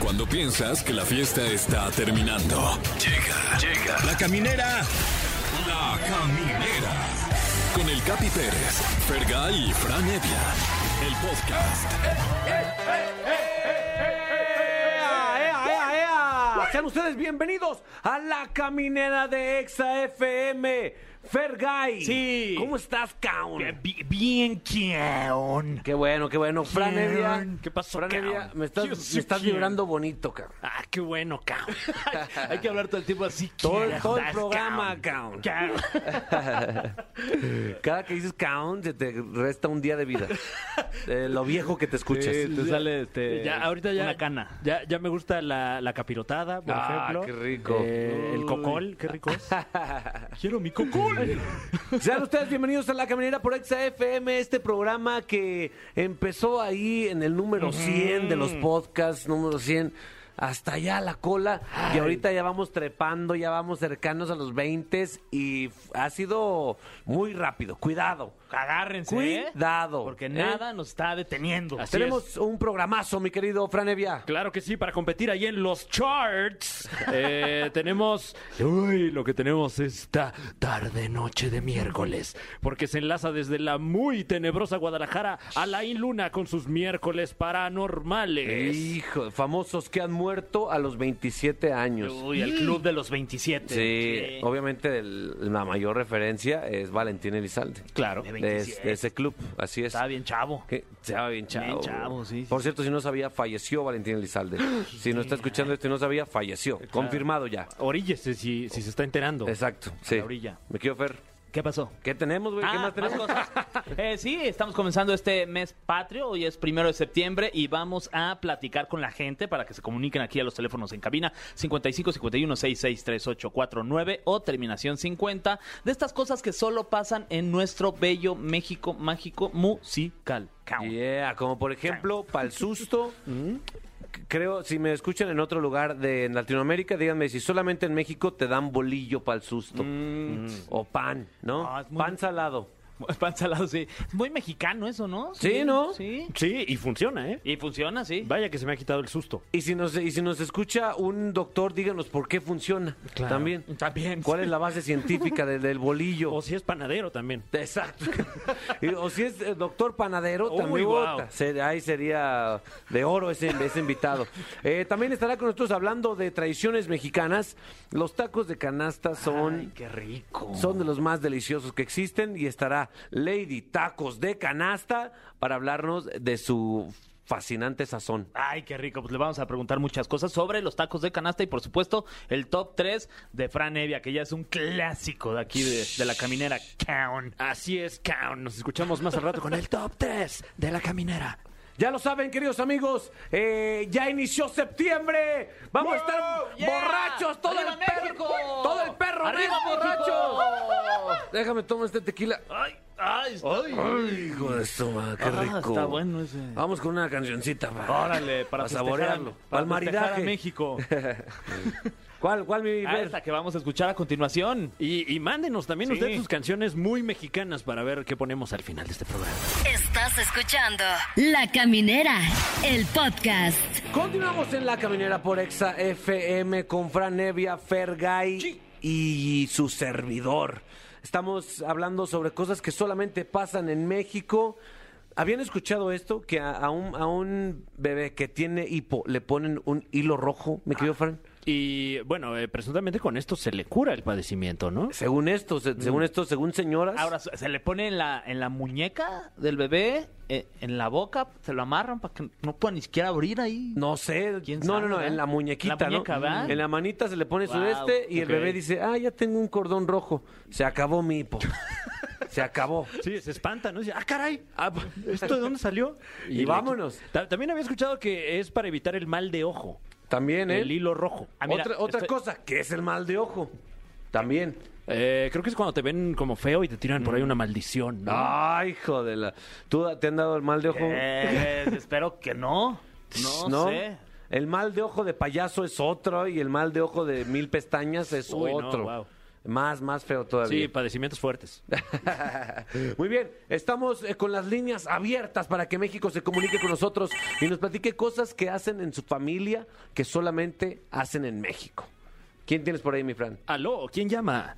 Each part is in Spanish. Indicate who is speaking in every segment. Speaker 1: Cuando piensas que la fiesta está terminando. Llega, llega. La caminera. La caminera. Con el Capi Pérez, Fergal y Fran Evia. El podcast.
Speaker 2: ¡Ea, ea, ea, ea! Sean ustedes bienvenidos a la caminera de Exa FM. Fergay.
Speaker 3: Sí.
Speaker 2: ¿Cómo estás, Kaun?
Speaker 3: Bi- Bien, quién.
Speaker 2: Qué bueno, qué bueno. Fran
Speaker 3: Bien.
Speaker 2: Evia.
Speaker 3: ¿Qué pasó,
Speaker 2: Fran
Speaker 3: Kaun?
Speaker 2: Evia, me estás,
Speaker 3: Yo
Speaker 2: me
Speaker 3: sí
Speaker 2: estás
Speaker 3: quiero.
Speaker 2: vibrando bonito, cabrón.
Speaker 3: Ah, qué bueno, cabrón. Hay que hablar todo el tiempo así.
Speaker 2: Todo el-
Speaker 3: cabrón.
Speaker 2: todo el programa, cabrón.
Speaker 3: Cabrón.
Speaker 2: Cada que dices Kaun, se te resta un día de vida. Eh, lo viejo que te escuches.
Speaker 4: Sí, te sale este,
Speaker 3: Eh, Ya, ahorita ya.
Speaker 4: una cana.
Speaker 3: Ya, ya me gusta la, la capirotada, por
Speaker 2: Ah,
Speaker 3: ejemplo.
Speaker 2: qué rico.
Speaker 3: Eh, el cocol, qué rico. es. Quiero mi cocol.
Speaker 2: Sean ustedes bienvenidos a La Caminera por Exa FM, este programa que empezó ahí en el número 100 de los podcasts, número 100, hasta allá a la cola. Y ahorita ya vamos trepando, ya vamos cercanos a los 20 y f- ha sido muy rápido. Cuidado.
Speaker 4: Agárrense. ¿eh?
Speaker 2: Cuidado.
Speaker 4: Porque
Speaker 2: ¿eh?
Speaker 4: nada nos está deteniendo.
Speaker 3: Así
Speaker 2: Tenemos
Speaker 3: es.
Speaker 2: un programazo, mi querido Franevia.
Speaker 3: Claro que sí, para competir ahí en los charts. eh, tenemos. Uy, lo que tenemos esta tarde, noche de miércoles. Porque se enlaza desde la muy tenebrosa Guadalajara a la Luna con sus miércoles paranormales.
Speaker 2: Hijo, famosos que han muerto a los 27 años.
Speaker 4: Uy, el club de los 27.
Speaker 2: Sí, oh, obviamente el- la mayor referencia es Valentín Elizalde.
Speaker 4: Claro.
Speaker 2: De, es- de ese club, así es.
Speaker 4: Estaba bien chavo.
Speaker 2: Que estaba bien
Speaker 4: Bien
Speaker 2: chavo.
Speaker 4: chavo, sí, sí.
Speaker 2: Por cierto, si no sabía, falleció Valentín Elizalde. si no está escuchando esto y no sabía, falleció. Confirmado ya.
Speaker 3: Oríllese si, si se está enterando.
Speaker 2: Exacto, sí.
Speaker 4: la orilla.
Speaker 2: Me quiero Fer.
Speaker 4: ¿Qué pasó?
Speaker 2: ¿Qué tenemos, güey? ¿Qué
Speaker 5: Ah,
Speaker 2: más tenemos?
Speaker 5: más cosas. Eh, sí, estamos comenzando este mes patrio, hoy es primero de septiembre y vamos a platicar con la gente para que se comuniquen aquí a los teléfonos en cabina 55 51 66 38 49 o terminación 50 de estas cosas que solo pasan en nuestro bello México mágico musical. Count.
Speaker 2: Yeah, como por ejemplo, para el susto. c- Creo, si me escuchan en otro lugar de Latinoamérica, díganme si solamente en México te dan bolillo para el susto. O pan, ¿no?
Speaker 5: Ah, es muy-
Speaker 2: Pan salado.
Speaker 5: Pan salado, sí. Es Muy mexicano eso, ¿no?
Speaker 2: Sí, ¿no?
Speaker 5: Sí.
Speaker 3: Sí, y funciona, ¿eh?
Speaker 5: Y funciona, sí.
Speaker 3: Vaya que se me ha quitado el susto.
Speaker 2: Y si nos, y si nos escucha un doctor, díganos por qué funciona.
Speaker 3: Claro.
Speaker 2: También.
Speaker 5: También.
Speaker 2: ¿Cuál es la base científica del, del bolillo?
Speaker 3: O si es panadero también.
Speaker 2: Exacto. Y- o si es eh, doctor panadero,
Speaker 3: Uy,
Speaker 2: también.
Speaker 3: guau.
Speaker 2: otra. Se- ahí sería de oro ese, ese invitado. Eh, también estará con nosotros hablando de tradiciones mexicanas. Los tacos de canasta son,
Speaker 5: Qué rico.
Speaker 2: son de los más deliciosos que existen. Y estará Lady Tacos de Canasta para hablarnos de su fascinante sazón.
Speaker 5: Ay, qué rico. Pues le vamos a preguntar muchas cosas sobre los tacos de canasta y, por supuesto, el top 3 de Fran Evia, que ya es un clásico de aquí de, de la caminera Count.
Speaker 3: Así es, Kaun. Nos escuchamos más al rato con el top 3 de la caminera.
Speaker 2: Ya lo saben, queridos amigos, eh, ya inició septiembre. Vamos a estar
Speaker 5: yeah.
Speaker 2: borrachos todo
Speaker 5: Arriba
Speaker 2: el perro.
Speaker 5: México.
Speaker 2: Todo el perro
Speaker 5: Arriba
Speaker 2: mes
Speaker 5: México.
Speaker 2: borrachos. Déjame tomar este tequila.
Speaker 5: Ay, ay, está,
Speaker 2: Ay, hijo de su madre, qué
Speaker 5: ah,
Speaker 2: rico.
Speaker 5: está bueno ese.
Speaker 2: Vamos con una cancioncita. pa-
Speaker 4: Órale, para festejar
Speaker 2: pa'
Speaker 4: a-
Speaker 2: saborearlo.
Speaker 4: para
Speaker 2: Para el
Speaker 4: festejar a
Speaker 2: maridaje.
Speaker 4: México.
Speaker 2: ¿Cuál, cuál, mi
Speaker 5: Ah,
Speaker 2: Fer?
Speaker 5: esta que vamos a escuchar a continuación.
Speaker 3: Y, y mándenos también
Speaker 5: Sí.
Speaker 3: ustedes sus canciones muy mexicanas para ver qué ponemos al final de este programa.
Speaker 6: Estás escuchando La Caminera, el podcast.
Speaker 2: Continuamos en la caminera por Exa FM con Fran Nevia, Fergay y su servidor. Estamos hablando sobre cosas que solamente pasan en México. ¿Habían escuchado esto? Que a, a un, a un bebé que tiene hipo le ponen un hilo rojo, me
Speaker 5: Ah.
Speaker 2: querido Fran.
Speaker 3: Y bueno, eh, presuntamente con esto se le cura el padecimiento, ¿no?
Speaker 2: Según esto, se- según esto, según señoras.
Speaker 5: Mm. Ahora, ¿se se le pone en la, en la muñeca del bebé, eh, en la boca, se lo amarran para que no pueda ni siquiera abrir ahí?
Speaker 2: no sé,
Speaker 5: ¿Quién
Speaker 2: no,
Speaker 5: sabe,
Speaker 2: no, no,
Speaker 5: verdad?
Speaker 2: en la muñequita,
Speaker 5: La muñeca,
Speaker 2: ¿no?
Speaker 5: ¿verdad?
Speaker 2: En la manita se le pone
Speaker 5: Wow,
Speaker 2: su este y el
Speaker 3: ok.
Speaker 2: bebé dice, ah, ya tengo un cordón rojo, se acabó mi hipo, se acabó.
Speaker 3: Sí, se espanta, ¿no? Dice, ah, caray, ah, ¿esto de dónde salió?
Speaker 2: Y
Speaker 3: le-
Speaker 2: vámonos.
Speaker 3: Ta- También había escuchado que es para evitar el mal de ojo,
Speaker 2: También, ¿eh?
Speaker 3: el hilo rojo.
Speaker 5: Ah, mira,
Speaker 2: otra otra
Speaker 5: estoy-
Speaker 2: cosa, que es el mal de ojo. También.
Speaker 3: Eh, creo que es cuando te ven como feo y te tiran por ahí una maldición, ¿no?
Speaker 2: Ay, hijo de la. ¿Tú te han dado el mal de ojo?
Speaker 5: Eh, espero que no. No, sé.
Speaker 2: El mal de ojo de payaso es otro y el mal de ojo de mil pestañas es
Speaker 3: Uy, no,
Speaker 2: otro.
Speaker 3: wow.
Speaker 2: Más, más feo todavía.
Speaker 3: Sí, padecimientos fuertes.
Speaker 2: Muy bien, estamos eh, con las líneas abiertas para que México se comunique con nosotros y nos platique cosas que hacen en su familia que solamente hacen en México. ¿Quién tienes por ahí, mi Fran?
Speaker 3: Aló, ¿quién llama?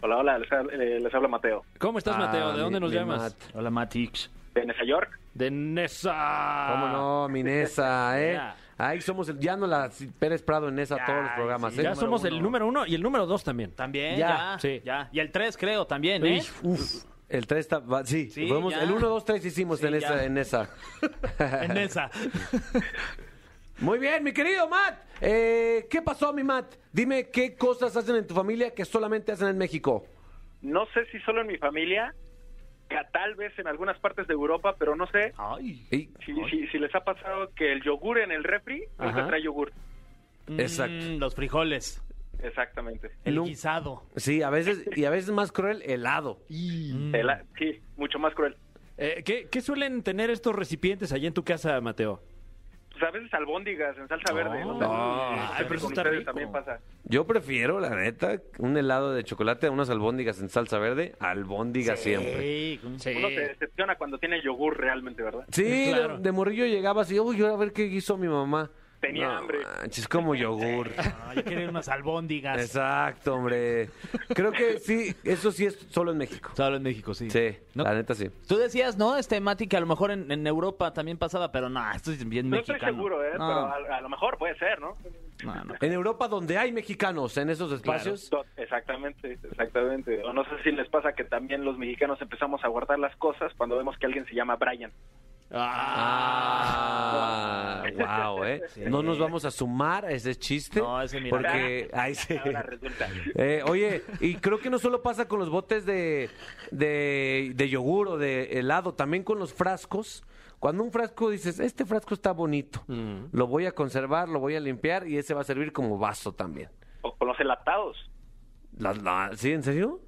Speaker 7: Hola, hola, les, hab- eh, les habla Mateo.
Speaker 3: ¿Cómo estás,
Speaker 2: Ah,
Speaker 3: Mateo? ¿De
Speaker 2: mi-
Speaker 3: dónde nos
Speaker 2: mi
Speaker 3: llamas?
Speaker 2: Mat.
Speaker 5: Hola, Matix.
Speaker 7: ¿De Nueva York?
Speaker 3: De Nesa.
Speaker 2: ¿Cómo no, mi Nesa, eh?
Speaker 3: Ya.
Speaker 2: Ahí somos, el- ya no la Pérez Prado en Nesa todos los
Speaker 4: Ay,
Speaker 2: programas,
Speaker 4: sí,
Speaker 2: ¿eh?
Speaker 3: Ya somos el
Speaker 4: uno.
Speaker 3: número uno y el número dos también.
Speaker 5: También,
Speaker 2: Ya,
Speaker 5: ya. Ya,
Speaker 3: sí.
Speaker 5: Y el 3, creo, también, ¿eh?
Speaker 2: Uf, el 3 está, va- sí,
Speaker 5: Sí,
Speaker 2: fuimos-
Speaker 5: ya.
Speaker 2: el 1, 2, 3 hicimos
Speaker 5: Sí,
Speaker 2: en, esa,
Speaker 5: ya.
Speaker 2: en esa.
Speaker 4: En esa.
Speaker 2: Muy bien, mi querido Matt. Eh, ¿Qué pasó, mi Matt? Dime qué cosas hacen en tu familia que solamente hacen en México.
Speaker 7: No sé si solo en mi familia, ca- tal vez en algunas partes de Europa, pero no sé
Speaker 3: Ah,
Speaker 2: Y-
Speaker 7: si, si- si les ha pasado que el yogur en el refri no te
Speaker 2: Ajá.
Speaker 7: trae yogur.
Speaker 2: Exacto.
Speaker 4: Mm, los frijoles.
Speaker 7: Exactamente.
Speaker 4: El
Speaker 2: Nun-
Speaker 4: guisado.
Speaker 2: Sí, a veces, y a veces más cruel, helado.
Speaker 3: Mm.
Speaker 7: El a- sí, mucho más cruel.
Speaker 3: Eh, ¿qué, qué suelen tener estos recipientes allá en tu casa, Mateo?
Speaker 7: Pues a veces albóndigas en salsa verde. No sé si-
Speaker 3: Ah,
Speaker 7: si
Speaker 3: ay, pero eso
Speaker 7: con
Speaker 3: está
Speaker 7: ustedes
Speaker 3: rico.
Speaker 7: también pasa.
Speaker 2: Yo prefiero, la neta, un helado de chocolate a unas albóndigas en salsa verde. Albóndigas siempre.
Speaker 4: Sí, con-
Speaker 3: Eh.
Speaker 7: Uno se decepciona cuando tiene yogur realmente, ¿verdad?
Speaker 2: Sí,
Speaker 3: Claro.
Speaker 2: de, de morrillo llegaba así, uy, ahora a ver qué guiso mi mamá.
Speaker 7: Tenía
Speaker 2: No,
Speaker 7: hambre.
Speaker 2: manches, como yogur.
Speaker 4: Ah, yo quería unas albóndigas.
Speaker 2: Exacto, hombre. Creo que sí, eso sí es solo en México.
Speaker 5: Solo en México, sí.
Speaker 2: Sí,
Speaker 5: ¿No?
Speaker 2: la neta sí.
Speaker 5: Tú decías, ¿no? Este, Mati, que a lo mejor en, en Europa también pasaba, pero no, esto es bien
Speaker 7: No
Speaker 5: mexicano.
Speaker 7: estoy seguro, ¿eh?
Speaker 5: No,
Speaker 7: Pero a, a lo mejor puede ser, ¿no?
Speaker 5: no, no.
Speaker 2: En Europa, donde hay mexicanos en esos espacios.
Speaker 7: Do- Exactamente, exactamente. O no sé si les pasa que también los mexicanos empezamos a guardar las cosas cuando vemos que alguien se llama Brian.
Speaker 2: Ah, wow, ¿eh? No nos vamos a sumar a ese chiste.
Speaker 5: No, ese mira.
Speaker 2: Porque ahí se.
Speaker 7: Ahora resulta.
Speaker 2: Eh, oye, y creo que no solo pasa con los botes de, de, de yogur o de helado, también con los frascos. Cuando un frasco dices, este frasco está bonito,
Speaker 5: Mm.
Speaker 2: lo voy a conservar, lo voy a limpiar y ese va a servir como vaso también.
Speaker 7: O con los enlatados.
Speaker 2: Las- la- ¿Sí, en serio?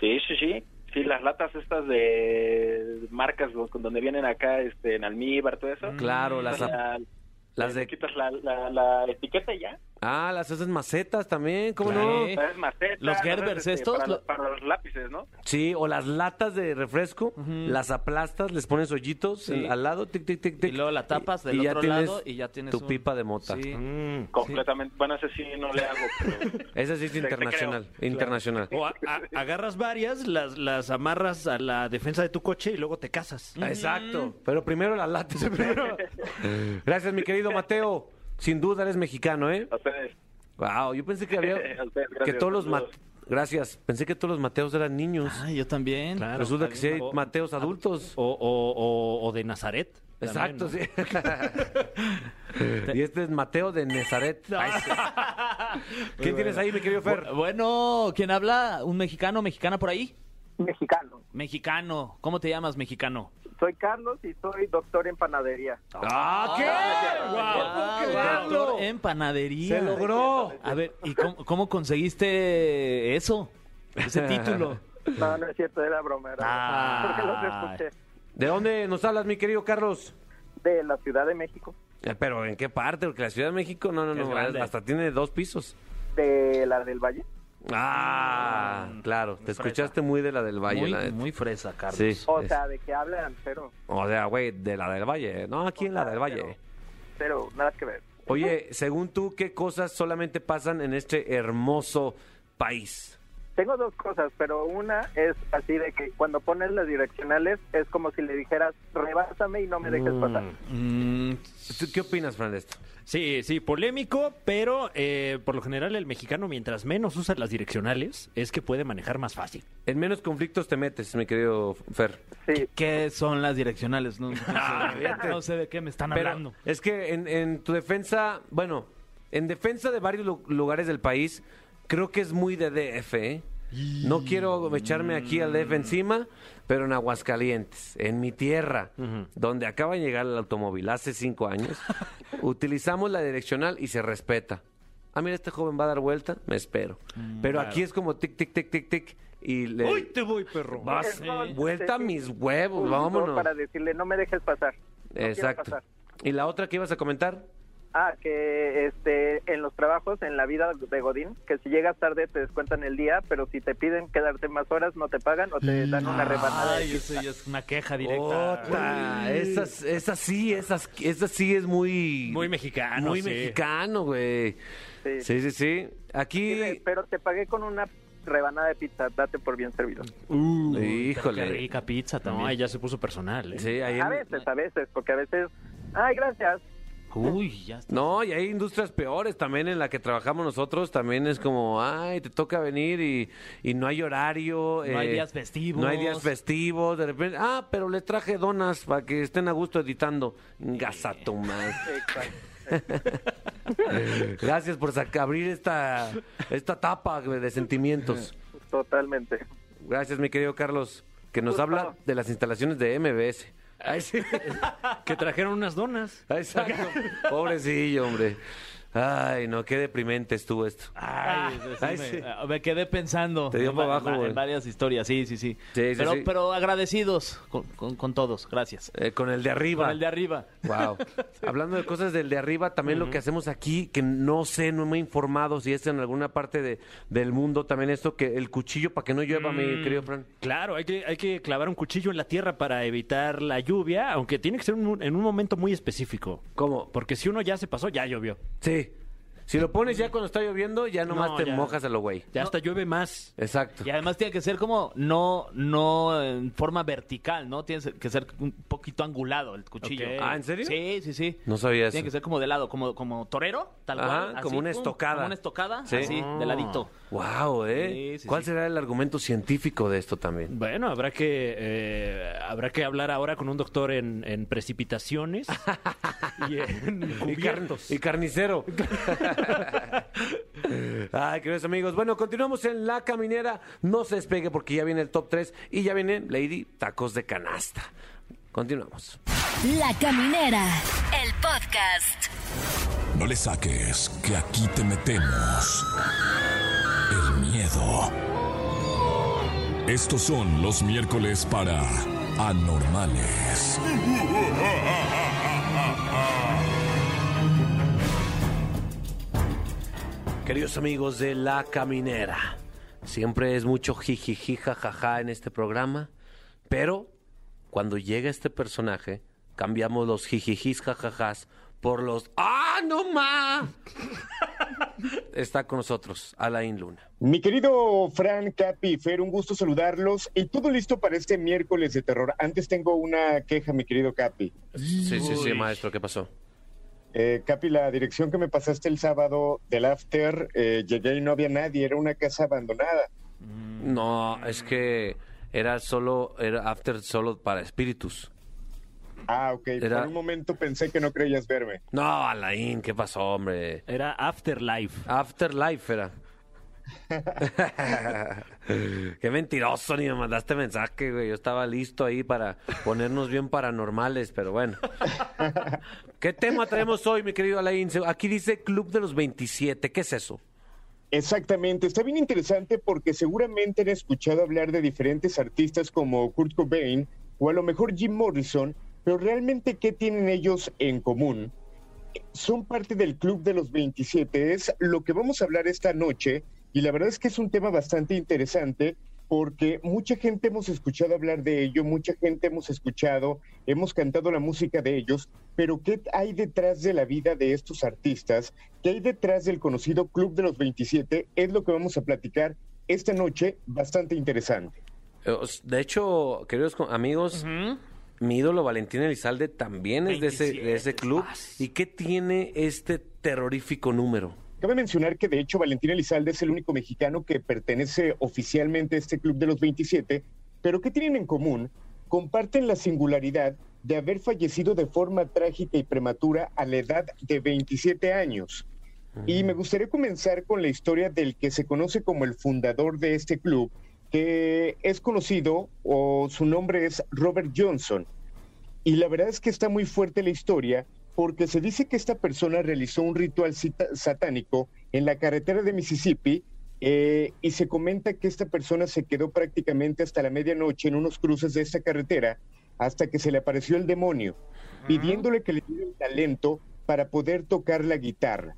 Speaker 7: Sí, sí, sí. Sí, las latas estas de marcas lo- con donde vienen acá este, en almíbar, todo eso.
Speaker 2: Claro, las,
Speaker 7: La-
Speaker 2: las
Speaker 7: le
Speaker 2: de.
Speaker 7: Quitas la, la- la etiqueta y ya.
Speaker 2: Ah, las haces macetas también, ¿cómo
Speaker 5: Claro.
Speaker 2: no?
Speaker 5: Sí.
Speaker 7: Las macetas,
Speaker 5: Los Gerbers
Speaker 7: las, este,
Speaker 5: estos,
Speaker 7: Para,
Speaker 5: lo-
Speaker 7: para los lápices, ¿no?
Speaker 2: Sí, o las latas de refresco, las aplastas, les pones hoyitos en- al lado, tic, tic, tic, tic.
Speaker 5: Y luego la tapas del
Speaker 2: y ya
Speaker 5: otro
Speaker 2: tienes
Speaker 5: lado y ya tienes
Speaker 2: tu
Speaker 5: un-
Speaker 2: pipa de mota. Mm.
Speaker 5: Sí.
Speaker 7: Completamente. Bueno, ese sí no le hago, pero...
Speaker 2: Esa sí es
Speaker 7: Te- te
Speaker 2: internacional, internacional.
Speaker 3: O a- a- agarras varias, las, las amarras a la defensa de tu coche y luego te casas.
Speaker 2: Ah, Exacto. Pero primero las latas. primero. Gracias, mi querido Mateo. Sin duda eres mexicano, ¿eh?
Speaker 7: A ustedes.
Speaker 2: Wow, yo pensé que había
Speaker 7: A ustedes,
Speaker 2: que
Speaker 7: gracias,
Speaker 2: todos los
Speaker 7: saludos.
Speaker 2: Mat- gracias. Pensé que todos los Mateos eran niños.
Speaker 5: Ah, yo también.
Speaker 3: Mm, Claro.
Speaker 2: Resulta que sí hay
Speaker 3: O-
Speaker 2: Mateos adultos.
Speaker 3: O, o- o- o de Nazaret. también,
Speaker 2: Exacto,
Speaker 3: ¿no?
Speaker 2: sí. y este es Mateo de Nazaret. Ay, sí. ¿Quién tienes ahí, mi querido Fer?
Speaker 5: Bu- Bueno, ¿quién habla? ¿Un mexicano mexicana por ahí?
Speaker 8: Mexicano.
Speaker 5: Mexicano. ¿Cómo te llamas, mexicano?
Speaker 8: Soy Carlos y soy doctor en panadería.
Speaker 2: ¡Ah,
Speaker 5: Ah,
Speaker 2: qué!
Speaker 5: doctor
Speaker 2: ¡Guau! ¡Guau!
Speaker 5: en panadería.
Speaker 2: ¡Se logró!
Speaker 5: A ver, ¿y cómo, cómo conseguiste eso? Ese título.
Speaker 8: No, no es cierto, era broma. Era broma.
Speaker 5: Ah.
Speaker 8: Porque los escuché
Speaker 2: ¿De dónde nos hablas, mi querido Carlos?
Speaker 8: de la Ciudad de México,
Speaker 2: Eh, Pero ¿en qué parte? Porque la Ciudad de México, no, no, no, hasta tiene dos pisos.
Speaker 8: de la del Valle.
Speaker 2: Ah, claro, te escuchaste muy de la del Valle.
Speaker 5: Mm. Muy,
Speaker 2: la neta.
Speaker 5: muy fresa, Carlos.
Speaker 2: Sí,
Speaker 8: O
Speaker 2: es-
Speaker 8: sea, de que hablan, pero,
Speaker 2: o sea, güey, de la del Valle. ¿eh? No, aquí en la del Valle.
Speaker 8: pero nada que ver.
Speaker 2: Oye, según tú, ¿qué cosas solamente pasan en este hermoso país?
Speaker 8: Tengo dos cosas, pero una es así de que cuando pones las direccionales es como si le dijeras, rebásame y no me dejes pasar.
Speaker 2: Pues
Speaker 5: Mm,
Speaker 2: ¿Tú ¿Qué opinas, Fran, de esto?
Speaker 3: Sí, sí, polémico, pero eh, por lo general el mexicano, mientras menos usa las direccionales, es que puede manejar más fácil.
Speaker 2: En menos conflictos te metes, mi querido Fer.
Speaker 8: Sí,
Speaker 5: ¿Qué son las direccionales? No, no sé, no sé de qué me están hablando.
Speaker 2: Ah, Pero es que en, en tu defensa, bueno, en defensa de varios lu- lugares del país, creo que es muy de DF, ¿eh? No quiero echarme aquí al DF encima, pero en Aguascalientes, en mi tierra, donde acaba de llegar el automóvil hace cinco años, utilizamos la direccional y se respeta. Ah, mira, este joven va a dar vuelta, me espero.
Speaker 5: Mm,
Speaker 2: pero aquí es como tic, tic, tic, tic, tic, y le...
Speaker 3: ¡Uy, te voy, perro!
Speaker 2: Vas,
Speaker 8: Sí.
Speaker 2: vuelta a mis huevos,
Speaker 8: justo
Speaker 2: vámonos.
Speaker 8: para decirle, no me dejes pasar. No quiero
Speaker 2: Exacto.
Speaker 8: pasar.
Speaker 2: ¿Y la otra que ibas a comentar?
Speaker 8: Ah, que este, en los trabajos, en la vida de Godín, que si llegas tarde te descuentan el día, pero si te piden quedarte más horas no te pagan o te dan
Speaker 2: Ah,
Speaker 8: una rebanada.
Speaker 4: Ay, eso ya es una queja directa.
Speaker 2: Ota, esas, esas sí, esas, esas sí es muy...
Speaker 3: Muy mexicano,
Speaker 2: Muy
Speaker 3: sí.
Speaker 2: mexicano, güey.
Speaker 8: Sí.
Speaker 2: Sí, sí, sí. Aquí...
Speaker 8: Dile, Pero te pagué con una rebanada de pizza, date por bien servido.
Speaker 2: uh, Híjole.
Speaker 4: Qué rica pizza
Speaker 3: No, ahí
Speaker 4: también.
Speaker 3: ya se puso personal. ¿eh?
Speaker 2: Sí, ahí en-
Speaker 8: A veces, a veces, porque a veces, ay, gracias.
Speaker 5: Uy, ya está.
Speaker 2: No, y hay industrias peores también en la que trabajamos nosotros. También es como, ay, te toca venir y, y no hay horario. eh,
Speaker 4: No hay días festivos.
Speaker 2: No hay días festivos. De repente, ah, pero le traje donas para que estén a gusto editando. Gasatumas.
Speaker 8: Exacto.
Speaker 2: Gracias por saca- abrir esta, esta tapa güey, de sentimientos.
Speaker 8: Totalmente.
Speaker 2: Gracias, mi querido Carlos, que nos habla de las instalaciones de MBS. Pues, Ay, sí.
Speaker 3: Que trajeron unas donas.
Speaker 2: Exacto. Pobrecillo, hombre. Ay, no, qué deprimente estuvo esto.
Speaker 5: Ay, sí, sí,
Speaker 2: Ah. Ay,
Speaker 5: me, ah,
Speaker 2: sí.
Speaker 5: me quedé pensando.
Speaker 2: Te dio
Speaker 5: en
Speaker 2: pa'
Speaker 5: va-
Speaker 2: abajo,
Speaker 5: en va-
Speaker 2: güey.
Speaker 5: En varias historias, sí, sí, sí.
Speaker 2: Sí, sí,
Speaker 5: pero,
Speaker 2: sí.
Speaker 5: pero agradecidos con, con- con todos, gracias.
Speaker 2: Eh, con el de arriba.
Speaker 5: Con el de arriba.
Speaker 2: Wow. Hablando de cosas del de arriba, también lo que hacemos aquí, que no sé, no me he informado si es en alguna parte de- del mundo también esto, que el cuchillo para que no llueva,
Speaker 5: Mm.
Speaker 2: mi querido Fran.
Speaker 3: Claro, hay que, hay que clavar un cuchillo en la tierra para evitar la lluvia, aunque tiene que ser un- en un momento muy específico.
Speaker 2: ¿Cómo?
Speaker 3: Porque si uno ya se pasó, ya llovió.
Speaker 2: Sí. Si lo pones ya cuando está lloviendo, ya nomás
Speaker 3: No,
Speaker 2: te
Speaker 3: ya.
Speaker 2: mojas a lo güey.
Speaker 3: Ya hasta llueve más.
Speaker 2: Exacto.
Speaker 5: Y además tiene que ser como no no en forma vertical, ¿no? Tiene que ser un poquito angulado el cuchillo.
Speaker 3: Ok.
Speaker 2: Ah, ¿en serio?
Speaker 5: Sí, sí, sí.
Speaker 2: No sabía
Speaker 5: Tiene
Speaker 2: eso.
Speaker 5: que ser como de lado, como como torero, tal
Speaker 2: Ajá,
Speaker 5: cual, así,
Speaker 2: como una
Speaker 5: pum,
Speaker 2: estocada.
Speaker 5: Como una estocada,
Speaker 2: Sí.
Speaker 5: así, de ladito.
Speaker 2: Wow, ¿eh?
Speaker 5: Sí, sí,
Speaker 2: ¿Cuál
Speaker 5: sí.
Speaker 2: será el argumento científico de esto también?
Speaker 3: Bueno, habrá que eh, habrá que hablar ahora con un doctor en, en precipitaciones y en
Speaker 2: Y, car-
Speaker 3: cubiertos.
Speaker 2: y carnicero. Ay, queridos amigos. Bueno, continuamos en La Caminera. No se despegue porque ya viene el top 3 y ya viene Lady Tacos de Canasta. Continuamos.
Speaker 6: La Caminera, el podcast.
Speaker 1: No le saques que aquí te metemos el miedo. Estos son los miércoles para anormales.
Speaker 2: Queridos amigos de La Caminera. Siempre es mucho jijiji, jajaja en este programa. Pero cuando llega este personaje, cambiamos los jijijis, jajajás por los ¡Ah, no más! Está con nosotros Alain Luna.
Speaker 9: Mi querido Fran, Capi, Fer, un gusto saludarlos. Y todo listo para este miércoles de terror. Antes tengo una queja, mi querido Capi.
Speaker 2: Sí, sí, sí, maestro, ¿qué pasó?
Speaker 9: Eh, Capi, la dirección que me pasaste el sábado del after, eh, llegué y no había nadie, era una casa abandonada.
Speaker 2: No, es que era solo, era after solo para espíritus.
Speaker 9: Ah, ok.
Speaker 2: Era-
Speaker 9: Por un momento pensé que no creías verme.
Speaker 2: No, Alain, ¿qué pasó, hombre?
Speaker 3: Era Afterlife.
Speaker 2: Afterlife era. Qué mentiroso, ni me mandaste mensaje, güey. Yo estaba listo ahí para ponernos bien paranormales, pero bueno. ¿Qué tema traemos hoy, mi querido Alain? Se- Aquí dice Club de los 27. ¿Qué es eso?
Speaker 9: Exactamente, está bien interesante porque seguramente han escuchado hablar de diferentes artistas como Kurt Cobain o a lo mejor Jim Morrison, pero realmente ¿qué tienen ellos en común? Son parte del Club de los 27, es lo que vamos a hablar esta noche y la verdad es que es un tema bastante interesante porque mucha gente hemos escuchado hablar de ello, mucha gente hemos escuchado, hemos cantado la música de ellos, pero ¿qué hay detrás de la vida de estos artistas? ¿Qué hay detrás del conocido Club de los 27? Es lo que vamos a platicar esta noche, bastante interesante.
Speaker 2: Eh, os- De hecho, queridos co- amigos, mi ídolo Valentín Elizalde también es de ese, de ese club. ¿Y qué tiene este terrorífico número?
Speaker 9: Cabe mencionar que de hecho Valentín Elizalde es el único mexicano que pertenece oficialmente a este Club de los 27, pero ¿qué tienen en común? Comparten la singularidad de haber fallecido de forma trágica y prematura a la edad de 27 años. Y me gustaría comenzar con la historia del que se conoce como el fundador de este club, que es conocido o su nombre es Robert Johnson. Y la verdad es que está muy fuerte la historia porque se dice que esta persona realizó un ritual sita- satánico en la carretera de Mississippi eh, y se comenta que esta persona se quedó prácticamente hasta la medianoche en unos cruces de esta carretera hasta que se le apareció el demonio pidiéndole que le diera el talento para poder tocar la guitarra.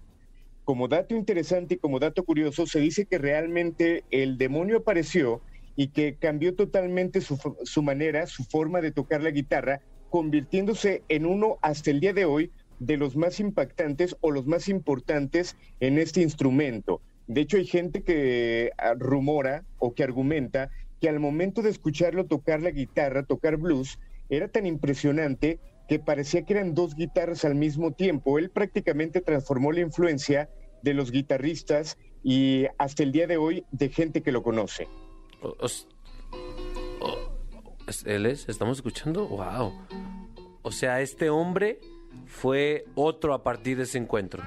Speaker 9: Como dato interesante y como dato curioso, se dice que realmente el demonio apareció y que cambió totalmente su, fo- su manera, su forma de tocar la guitarra, convirtiéndose en uno hasta el día de hoy de los más impactantes o los más importantes en este instrumento. De hecho, hay gente que ah, rumora o que argumenta que al momento de escucharlo tocar la guitarra, tocar blues, era tan impresionante que parecía que eran dos guitarras al mismo tiempo. Él prácticamente transformó la influencia de los guitarristas y hasta el día de hoy de gente que lo conoce.
Speaker 2: O- os- o- es- ¿Él es? ¿Estamos escuchando? ¡Wow! O sea, este hombre fue otro a partir de ese encuentro.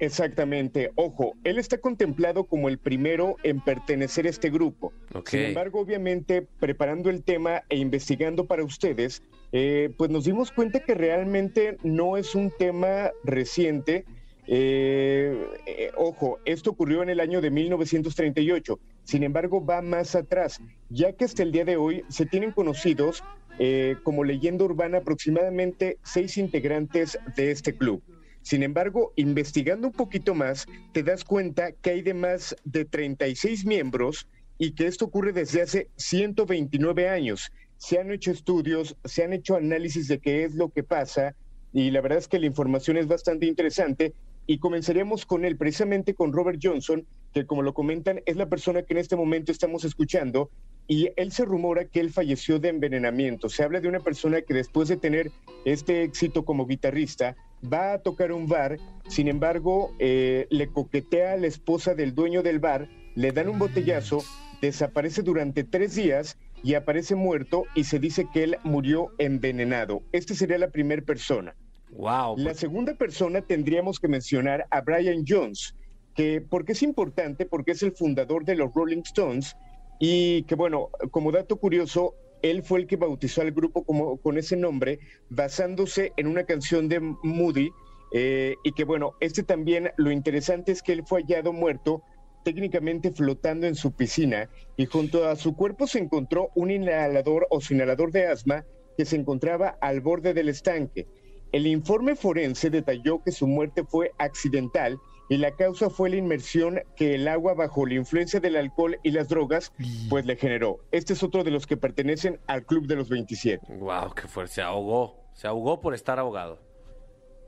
Speaker 9: Exactamente. Ojo, él está contemplado como el primero en pertenecer a este grupo.
Speaker 2: Ok.
Speaker 9: Sin embargo, obviamente, preparando el tema e investigando para ustedes, eh, pues nos dimos cuenta que realmente no es un tema reciente. Eh, eh, ojo, esto ocurrió en el año de 1938. Sin embargo, va más atrás, ya que hasta el día de hoy se tienen conocidos eh, como leyenda urbana aproximadamente seis integrantes de este club. Sin embargo, investigando un poquito más, te das cuenta que hay de más de 36 miembros y que esto ocurre desde hace 129 años. Se han hecho estudios, se han hecho análisis de qué es lo que pasa y la verdad es que la información es bastante interesante y comenzaríamos con él, precisamente con Robert Johnson, que como lo comentan es la persona que en este momento estamos escuchando y él se rumora que él falleció de envenenamiento. Se habla de una persona que después de tener este éxito como guitarrista va a tocar un bar, sin embargo eh, le coquetea a la esposa del dueño del bar, le dan un botellazo, desaparece durante tres días y aparece muerto y se dice que él murió envenenado. Esta sería la primera persona.
Speaker 2: ¡Wow!
Speaker 9: La segunda persona tendríamos que mencionar a Brian Jones, que porque es importante, porque es el fundador de los Rolling Stones y que bueno, como dato curioso, él fue el que bautizó al grupo como, con ese nombre, basándose en una canción de Moody eh, y que bueno, este también lo interesante es que él fue hallado muerto técnicamente flotando en su piscina y junto a su cuerpo se encontró un inhalador o su inhalador de asma que se encontraba al borde del estanque. El informe forense detalló que su muerte fue accidental y la causa fue la inmersión que el agua bajo la influencia del alcohol y las drogas pues le generó. Este es otro de los que pertenecen al Club de los 27.
Speaker 2: ¡Wow! ¡Qué fuerte! Se ahogó. Se ahogó por estar ahogado.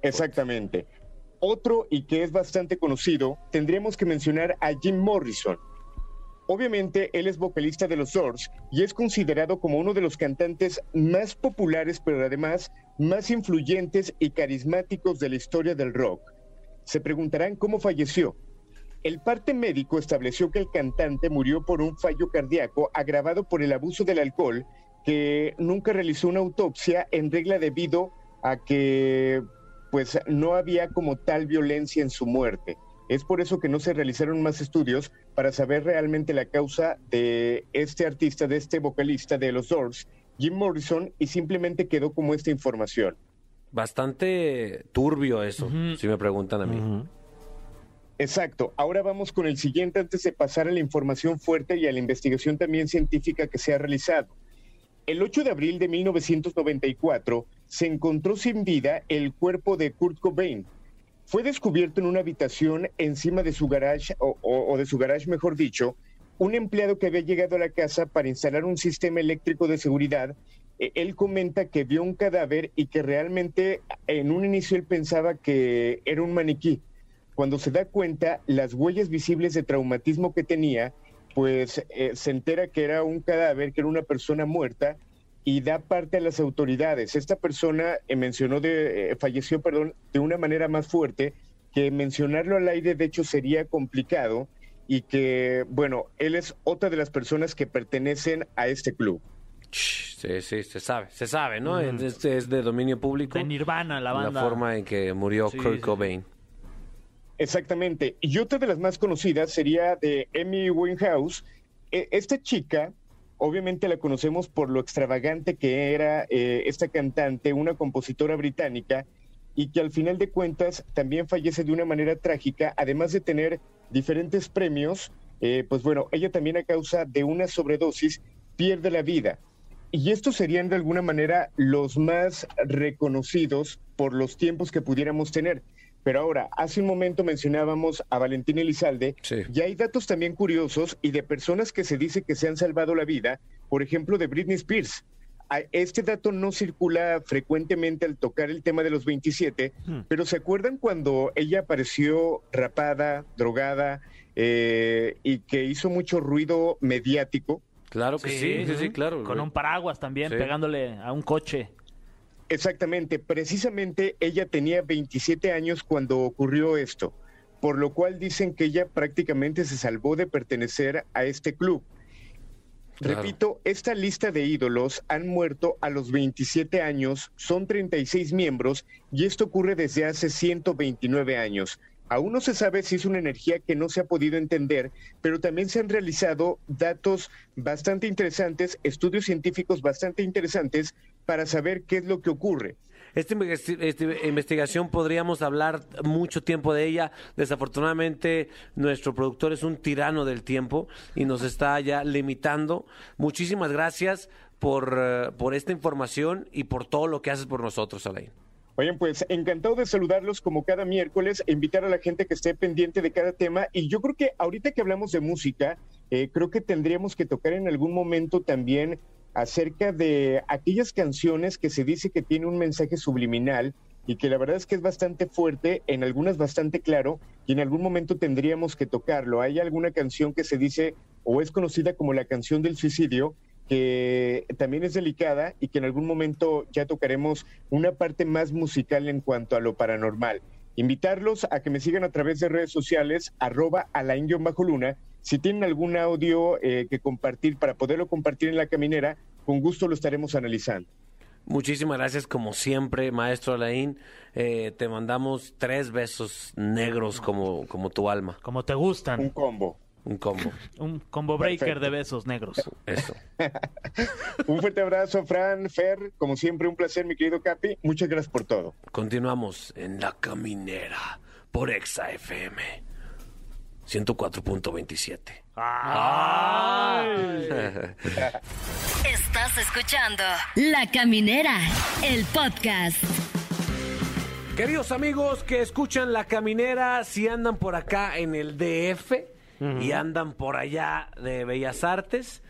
Speaker 9: Exactamente. Otro y que es bastante conocido, tendríamos que mencionar a Jim Morrison. Obviamente él es vocalista de los Doors y es considerado como uno de los cantantes más populares, pero además más influyentes y carismáticos de la historia del rock. Se preguntarán cómo falleció. El parte médico estableció que el cantante murió por un fallo cardíaco agravado por el abuso del alcohol, que nunca realizó una autopsia en regla debido a que pues no había como tal violencia en su muerte. Es por eso que no se realizaron más estudios para saber realmente la causa de este artista, de este vocalista de los Doors, Jim Morrison, y simplemente quedó como esta información.
Speaker 2: Bastante turbio eso, si me preguntan a mí.
Speaker 9: Exacto. Ahora vamos con el siguiente antes de pasar a la información fuerte y a la investigación también científica que se ha realizado. El 8 de abril de 1994 se encontró sin vida el cuerpo de Kurt Cobain. Fue descubierto en una habitación encima de su garage, o, o- o de su garage mejor dicho, un empleado que había llegado a la casa para instalar un sistema eléctrico de seguridad. E- Él comenta que vio un cadáver y que realmente en un inicio él pensaba que era un maniquí cuando se da cuenta las huellas visibles de traumatismo que tenía, pues eh, se entera que era un cadáver, que era una persona muerta y da parte a las autoridades. Esta persona eh, mencionó de, eh, falleció, perdón, de una manera más fuerte que mencionarlo al aire de hecho sería complicado y que bueno, él es otra de las personas que pertenecen a este club.
Speaker 2: Ch, Sí, sí, se sabe, se sabe, ¿no? Es, es de dominio público.
Speaker 4: De Nirvana, la
Speaker 2: La
Speaker 4: banda.
Speaker 2: forma en que murió
Speaker 4: Sí,
Speaker 2: Kurt
Speaker 4: sí.
Speaker 2: Cobain.
Speaker 9: Exactamente. Y otra de las más conocidas sería de Amy Winehouse. E- Esta chica, obviamente la conocemos por lo extravagante que era eh, esta cantante, una compositora británica, y que al final de cuentas también fallece de una manera trágica, además de tener diferentes premios, eh, pues bueno, ella también a causa de una sobredosis pierde la vida. Y estos serían de alguna manera los más reconocidos por los tiempos que pudiéramos tener. Pero ahora, hace un momento mencionábamos a Valentín Elizalde
Speaker 2: Sí.
Speaker 9: y hay datos también curiosos y de personas que se dice que se han salvado la vida, por ejemplo, de Britney Spears. A- Este dato no circula frecuentemente al tocar el tema de los 27, pero ¿se acuerdan cuando ella apareció rapada, drogada eh, y que hizo mucho ruido mediático?
Speaker 2: Claro que sí, sí, sí, claro.
Speaker 4: Con un paraguas también,
Speaker 2: Sí.
Speaker 4: pegándole a un coche.
Speaker 9: Exactamente, precisamente ella tenía 27 años cuando ocurrió esto, por lo cual dicen que ella prácticamente se salvó de pertenecer a este club.
Speaker 2: Claro.
Speaker 9: Repito, esta lista de ídolos han muerto a los 27 años, son 36 miembros y esto ocurre desde hace 129 años. Aún no se sabe si es una energía que no se ha podido entender, pero también se han realizado datos bastante interesantes, estudios científicos bastante interesantes para saber qué es lo que ocurre.
Speaker 2: Esta investi- este- investigación podríamos hablar mucho tiempo de ella. Desafortunadamente, nuestro productor es un tirano del tiempo y nos está ya limitando. Muchísimas gracias por, eh, por esta información y por todo lo que haces por nosotros, Alain.
Speaker 9: Oigan, pues encantado de saludarlos como cada miércoles, e invitar a la gente que esté pendiente de cada tema. Y yo creo que ahorita que hablamos de música, eh, creo que tendríamos que tocar en algún momento también acerca de aquellas canciones que se dice que tiene un mensaje subliminal y que la verdad es que es bastante fuerte, en algunas bastante claro, y en algún momento tendríamos que tocarlo. Hay alguna canción que se dice o es conocida como la canción del suicidio, que también es delicada y que en algún momento ya tocaremos una parte más musical en cuanto a lo paranormal. Invitarlos a que me sigan a través de redes sociales, arroba alain-luna. Si tienen algún audio eh, que compartir para poderlo compartir en la caminera, con gusto lo estaremos analizando.
Speaker 2: Muchísimas gracias, como siempre, maestro Alain. Eh, te mandamos tres besos negros como, como tu alma.
Speaker 4: Como te gustan.
Speaker 9: Un combo.
Speaker 2: Un combo.
Speaker 4: Un combo breaker
Speaker 9: Perfecto.
Speaker 4: de besos negros.
Speaker 2: Eso.
Speaker 9: Un fuerte abrazo, Fran, Fer. Como siempre, un placer, mi querido Capi. Muchas gracias por todo.
Speaker 2: Continuamos en La Caminera por Exa FM 104.27.
Speaker 6: Estás escuchando La Caminera, el podcast.
Speaker 2: Queridos amigos que escuchan La Caminera, si andan por acá en el DF y andan por allá de Bellas Artes,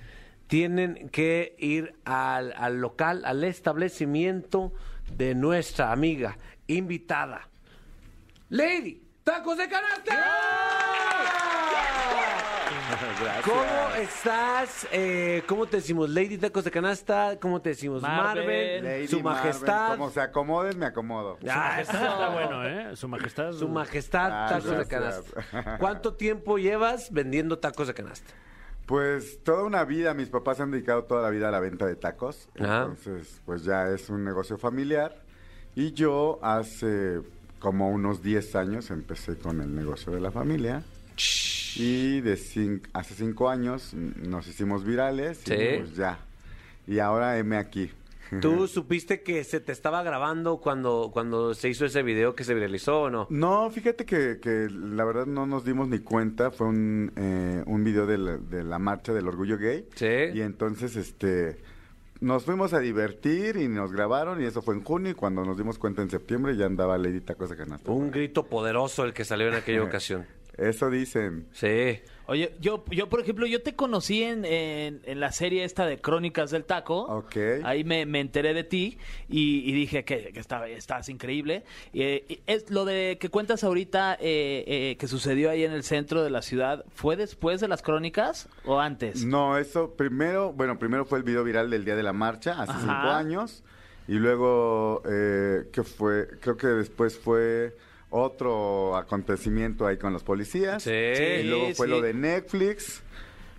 Speaker 2: tienen que ir al, al local, al establecimiento de nuestra amiga invitada, Lady Tacos de Canasta. ¿Cómo estás? Eh, ¿Cómo te decimos? Lady Tacos de Canasta, ¿cómo te decimos?
Speaker 5: Marvel.
Speaker 2: Marvel,
Speaker 10: Lady
Speaker 2: Su
Speaker 10: Marvel,
Speaker 2: Majestad.
Speaker 10: Ah, como se acomoden, me acomodo.
Speaker 2: Ah,
Speaker 3: Majestad está bueno, ¿eh? Su majestad.
Speaker 2: Su majestad,
Speaker 10: Ah,
Speaker 2: tacos de
Speaker 10: gracias.
Speaker 2: canasta. ¿Cuánto tiempo llevas vendiendo tacos de canasta?
Speaker 10: Pues toda una vida, mis papás se han dedicado toda la vida a la venta de tacos.
Speaker 2: Ah.
Speaker 10: Entonces, pues ya es un negocio familiar. Y yo hace como unos 10 años empecé con el negocio de la familia. Y de cin- hace 5 años mm, nos hicimos virales.
Speaker 2: Sí.
Speaker 10: Y pues ya. Y ahora heme aquí.
Speaker 2: ¿Tú supiste que se te estaba grabando cuando, cuando se hizo ese video que se viralizó o no?
Speaker 10: No, fíjate que, que la verdad no nos dimos ni cuenta. Fue un, eh, un video de la, de la marcha del orgullo gay.
Speaker 2: Sí.
Speaker 10: Y entonces, este, nos fuimos a divertir y nos grabaron y eso fue en junio. Y cuando nos dimos cuenta en septiembre ya andaba Lady Tacos de Canasta.
Speaker 2: Un grito poderoso el que salió en aquella ocasión.
Speaker 10: Eso dicen.
Speaker 2: Sí.
Speaker 5: Oye, yo, yo por ejemplo, yo te conocí en, en- en la serie esta de Crónicas del Taco.
Speaker 10: Ok.
Speaker 5: Ahí me, me enteré de ti y, y dije que, que está- estás increíble. Y, eh, y es lo de que cuentas ahorita eh, eh, que sucedió ahí en el centro de la ciudad. ¿Fue después de las crónicas o antes?
Speaker 10: No, eso primero, bueno, primero fue el video viral del Día de la Marcha, hace cinco años. Y luego, eh, que fue, creo que después fue otro acontecimiento ahí con los policías.
Speaker 2: Sí.
Speaker 10: Y luego fue
Speaker 5: Sí,
Speaker 10: lo
Speaker 5: sí.
Speaker 10: de Netflix.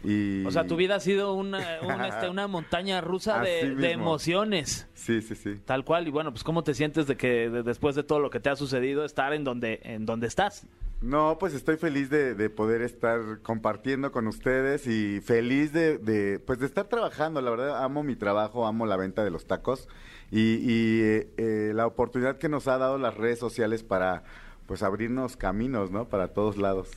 Speaker 10: Y...
Speaker 5: O sea, tu vida ha sido una, una, este, una montaña rusa
Speaker 10: Así
Speaker 5: de,
Speaker 10: mismo.
Speaker 5: de emociones.
Speaker 10: Sí, sí, sí.
Speaker 5: Tal cual, y bueno, pues cómo te sientes de que de- después de todo lo que te ha sucedido estar en donde en donde estás.
Speaker 10: No, pues estoy feliz de, de poder estar compartiendo con ustedes y feliz de, de, pues de estar trabajando. La verdad, amo mi trabajo, amo la venta de los tacos y, y, eh, eh, la oportunidad que nos ha dado las redes sociales para pues abrirnos caminos, ¿no? Para todos lados.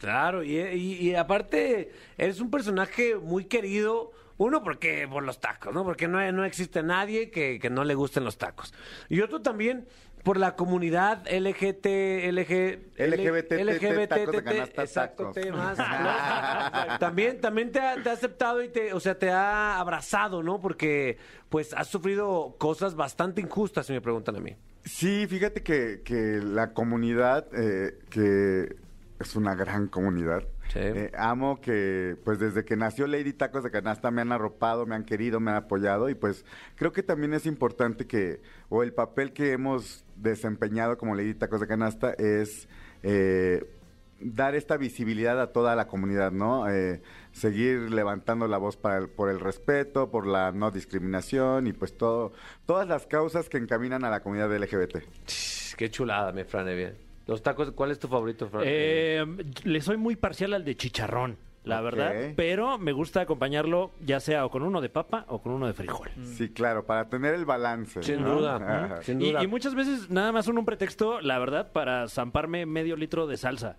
Speaker 2: Claro, y, y- y aparte eres un personaje muy querido. Uno, porque por los tacos, ¿no? Porque no, no existe nadie que, que no le gusten los tacos. Y otro también, por la comunidad LGT, LG,
Speaker 10: LGBT, tacos de canasta,
Speaker 2: exacto,
Speaker 10: tacos.
Speaker 2: T más, ¿no? también, también te ha, te ha aceptado y te, o sea, te ha abrazado, ¿no? Porque pues has sufrido cosas bastante injustas, si me preguntan a mí.
Speaker 10: Sí, fíjate que, que la comunidad, eh, que es una gran comunidad.
Speaker 2: Sí.
Speaker 10: eh, amo que, pues desde que nació Lady Tacos de Canasta me han arropado, me han querido, me han apoyado y pues creo que también es importante que, o el papel que hemos desempeñado como Lady Tacos de Canasta es eh, dar esta visibilidad a toda la comunidad, ¿no? Eh, seguir levantando la voz para el- por el respeto, por la no discriminación y pues todo, todas las causas que encaminan a la comunidad LGBT.
Speaker 2: Qué chulada, mi Fran bien. Los tacos, ¿cuál es tu favorito, Fran?
Speaker 3: Eh, le soy muy parcial al de chicharrón, la
Speaker 10: Ok.
Speaker 3: verdad. Pero me gusta acompañarlo ya sea o con uno de papa o con uno de frijol.
Speaker 10: Sí, claro, para tener el balance.
Speaker 2: Sin
Speaker 10: ¿no?
Speaker 2: duda,
Speaker 10: Ajá.
Speaker 2: sin
Speaker 3: Y,
Speaker 2: duda.
Speaker 3: y muchas veces nada más son un pretexto, la verdad, para zamparme medio litro de salsa.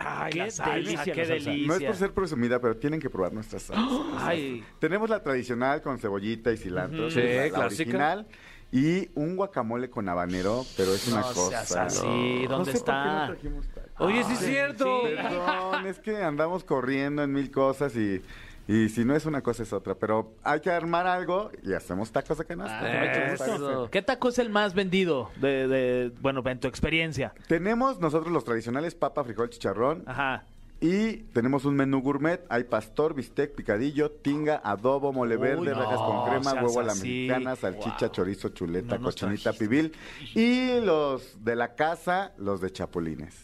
Speaker 5: Ay,
Speaker 3: Qué
Speaker 5: la salsa,
Speaker 3: delicia
Speaker 5: qué
Speaker 3: la salsa.
Speaker 5: delicia.
Speaker 10: No es por ser presumida, pero tienen que probar nuestras salsas.
Speaker 5: Ay,
Speaker 10: Tenemos la tradicional con cebollita y cilantro,
Speaker 2: Sí,
Speaker 10: que es la, la
Speaker 2: clásica.
Speaker 10: original, y un guacamole con habanero, pero es una
Speaker 5: no
Speaker 10: cosa.
Speaker 5: seas así.
Speaker 10: No
Speaker 5: ¿Dónde
Speaker 10: sé por qué no
Speaker 5: está?
Speaker 10: trajimos tal.
Speaker 2: Oye, Ah, sí es cierto.
Speaker 10: Perdón, es que andamos corriendo en mil cosas y, y si no es una cosa es otra, pero hay que armar algo y hacemos tacos de canasta.
Speaker 2: Ah,
Speaker 10: ¿Qué les
Speaker 2: eso.
Speaker 10: parece?
Speaker 5: ¿Qué taco es el más vendido? De, de- bueno, en tu experiencia.
Speaker 10: Tenemos nosotros los tradicionales papa, frijol, chicharrón
Speaker 5: Ajá.
Speaker 10: y tenemos un menú gourmet, hay pastor, bistec, picadillo, tinga, adobo, mole
Speaker 5: Uy,
Speaker 10: verde,
Speaker 5: no,
Speaker 10: rajas con crema,
Speaker 5: seas
Speaker 10: huevo a la
Speaker 5: así.
Speaker 10: mexicana, salchicha,
Speaker 5: Wow.
Speaker 10: chorizo, chuleta,
Speaker 5: No nos
Speaker 10: cochinita,
Speaker 5: trajiste.
Speaker 10: pibil y los de la casa, los de chapulines.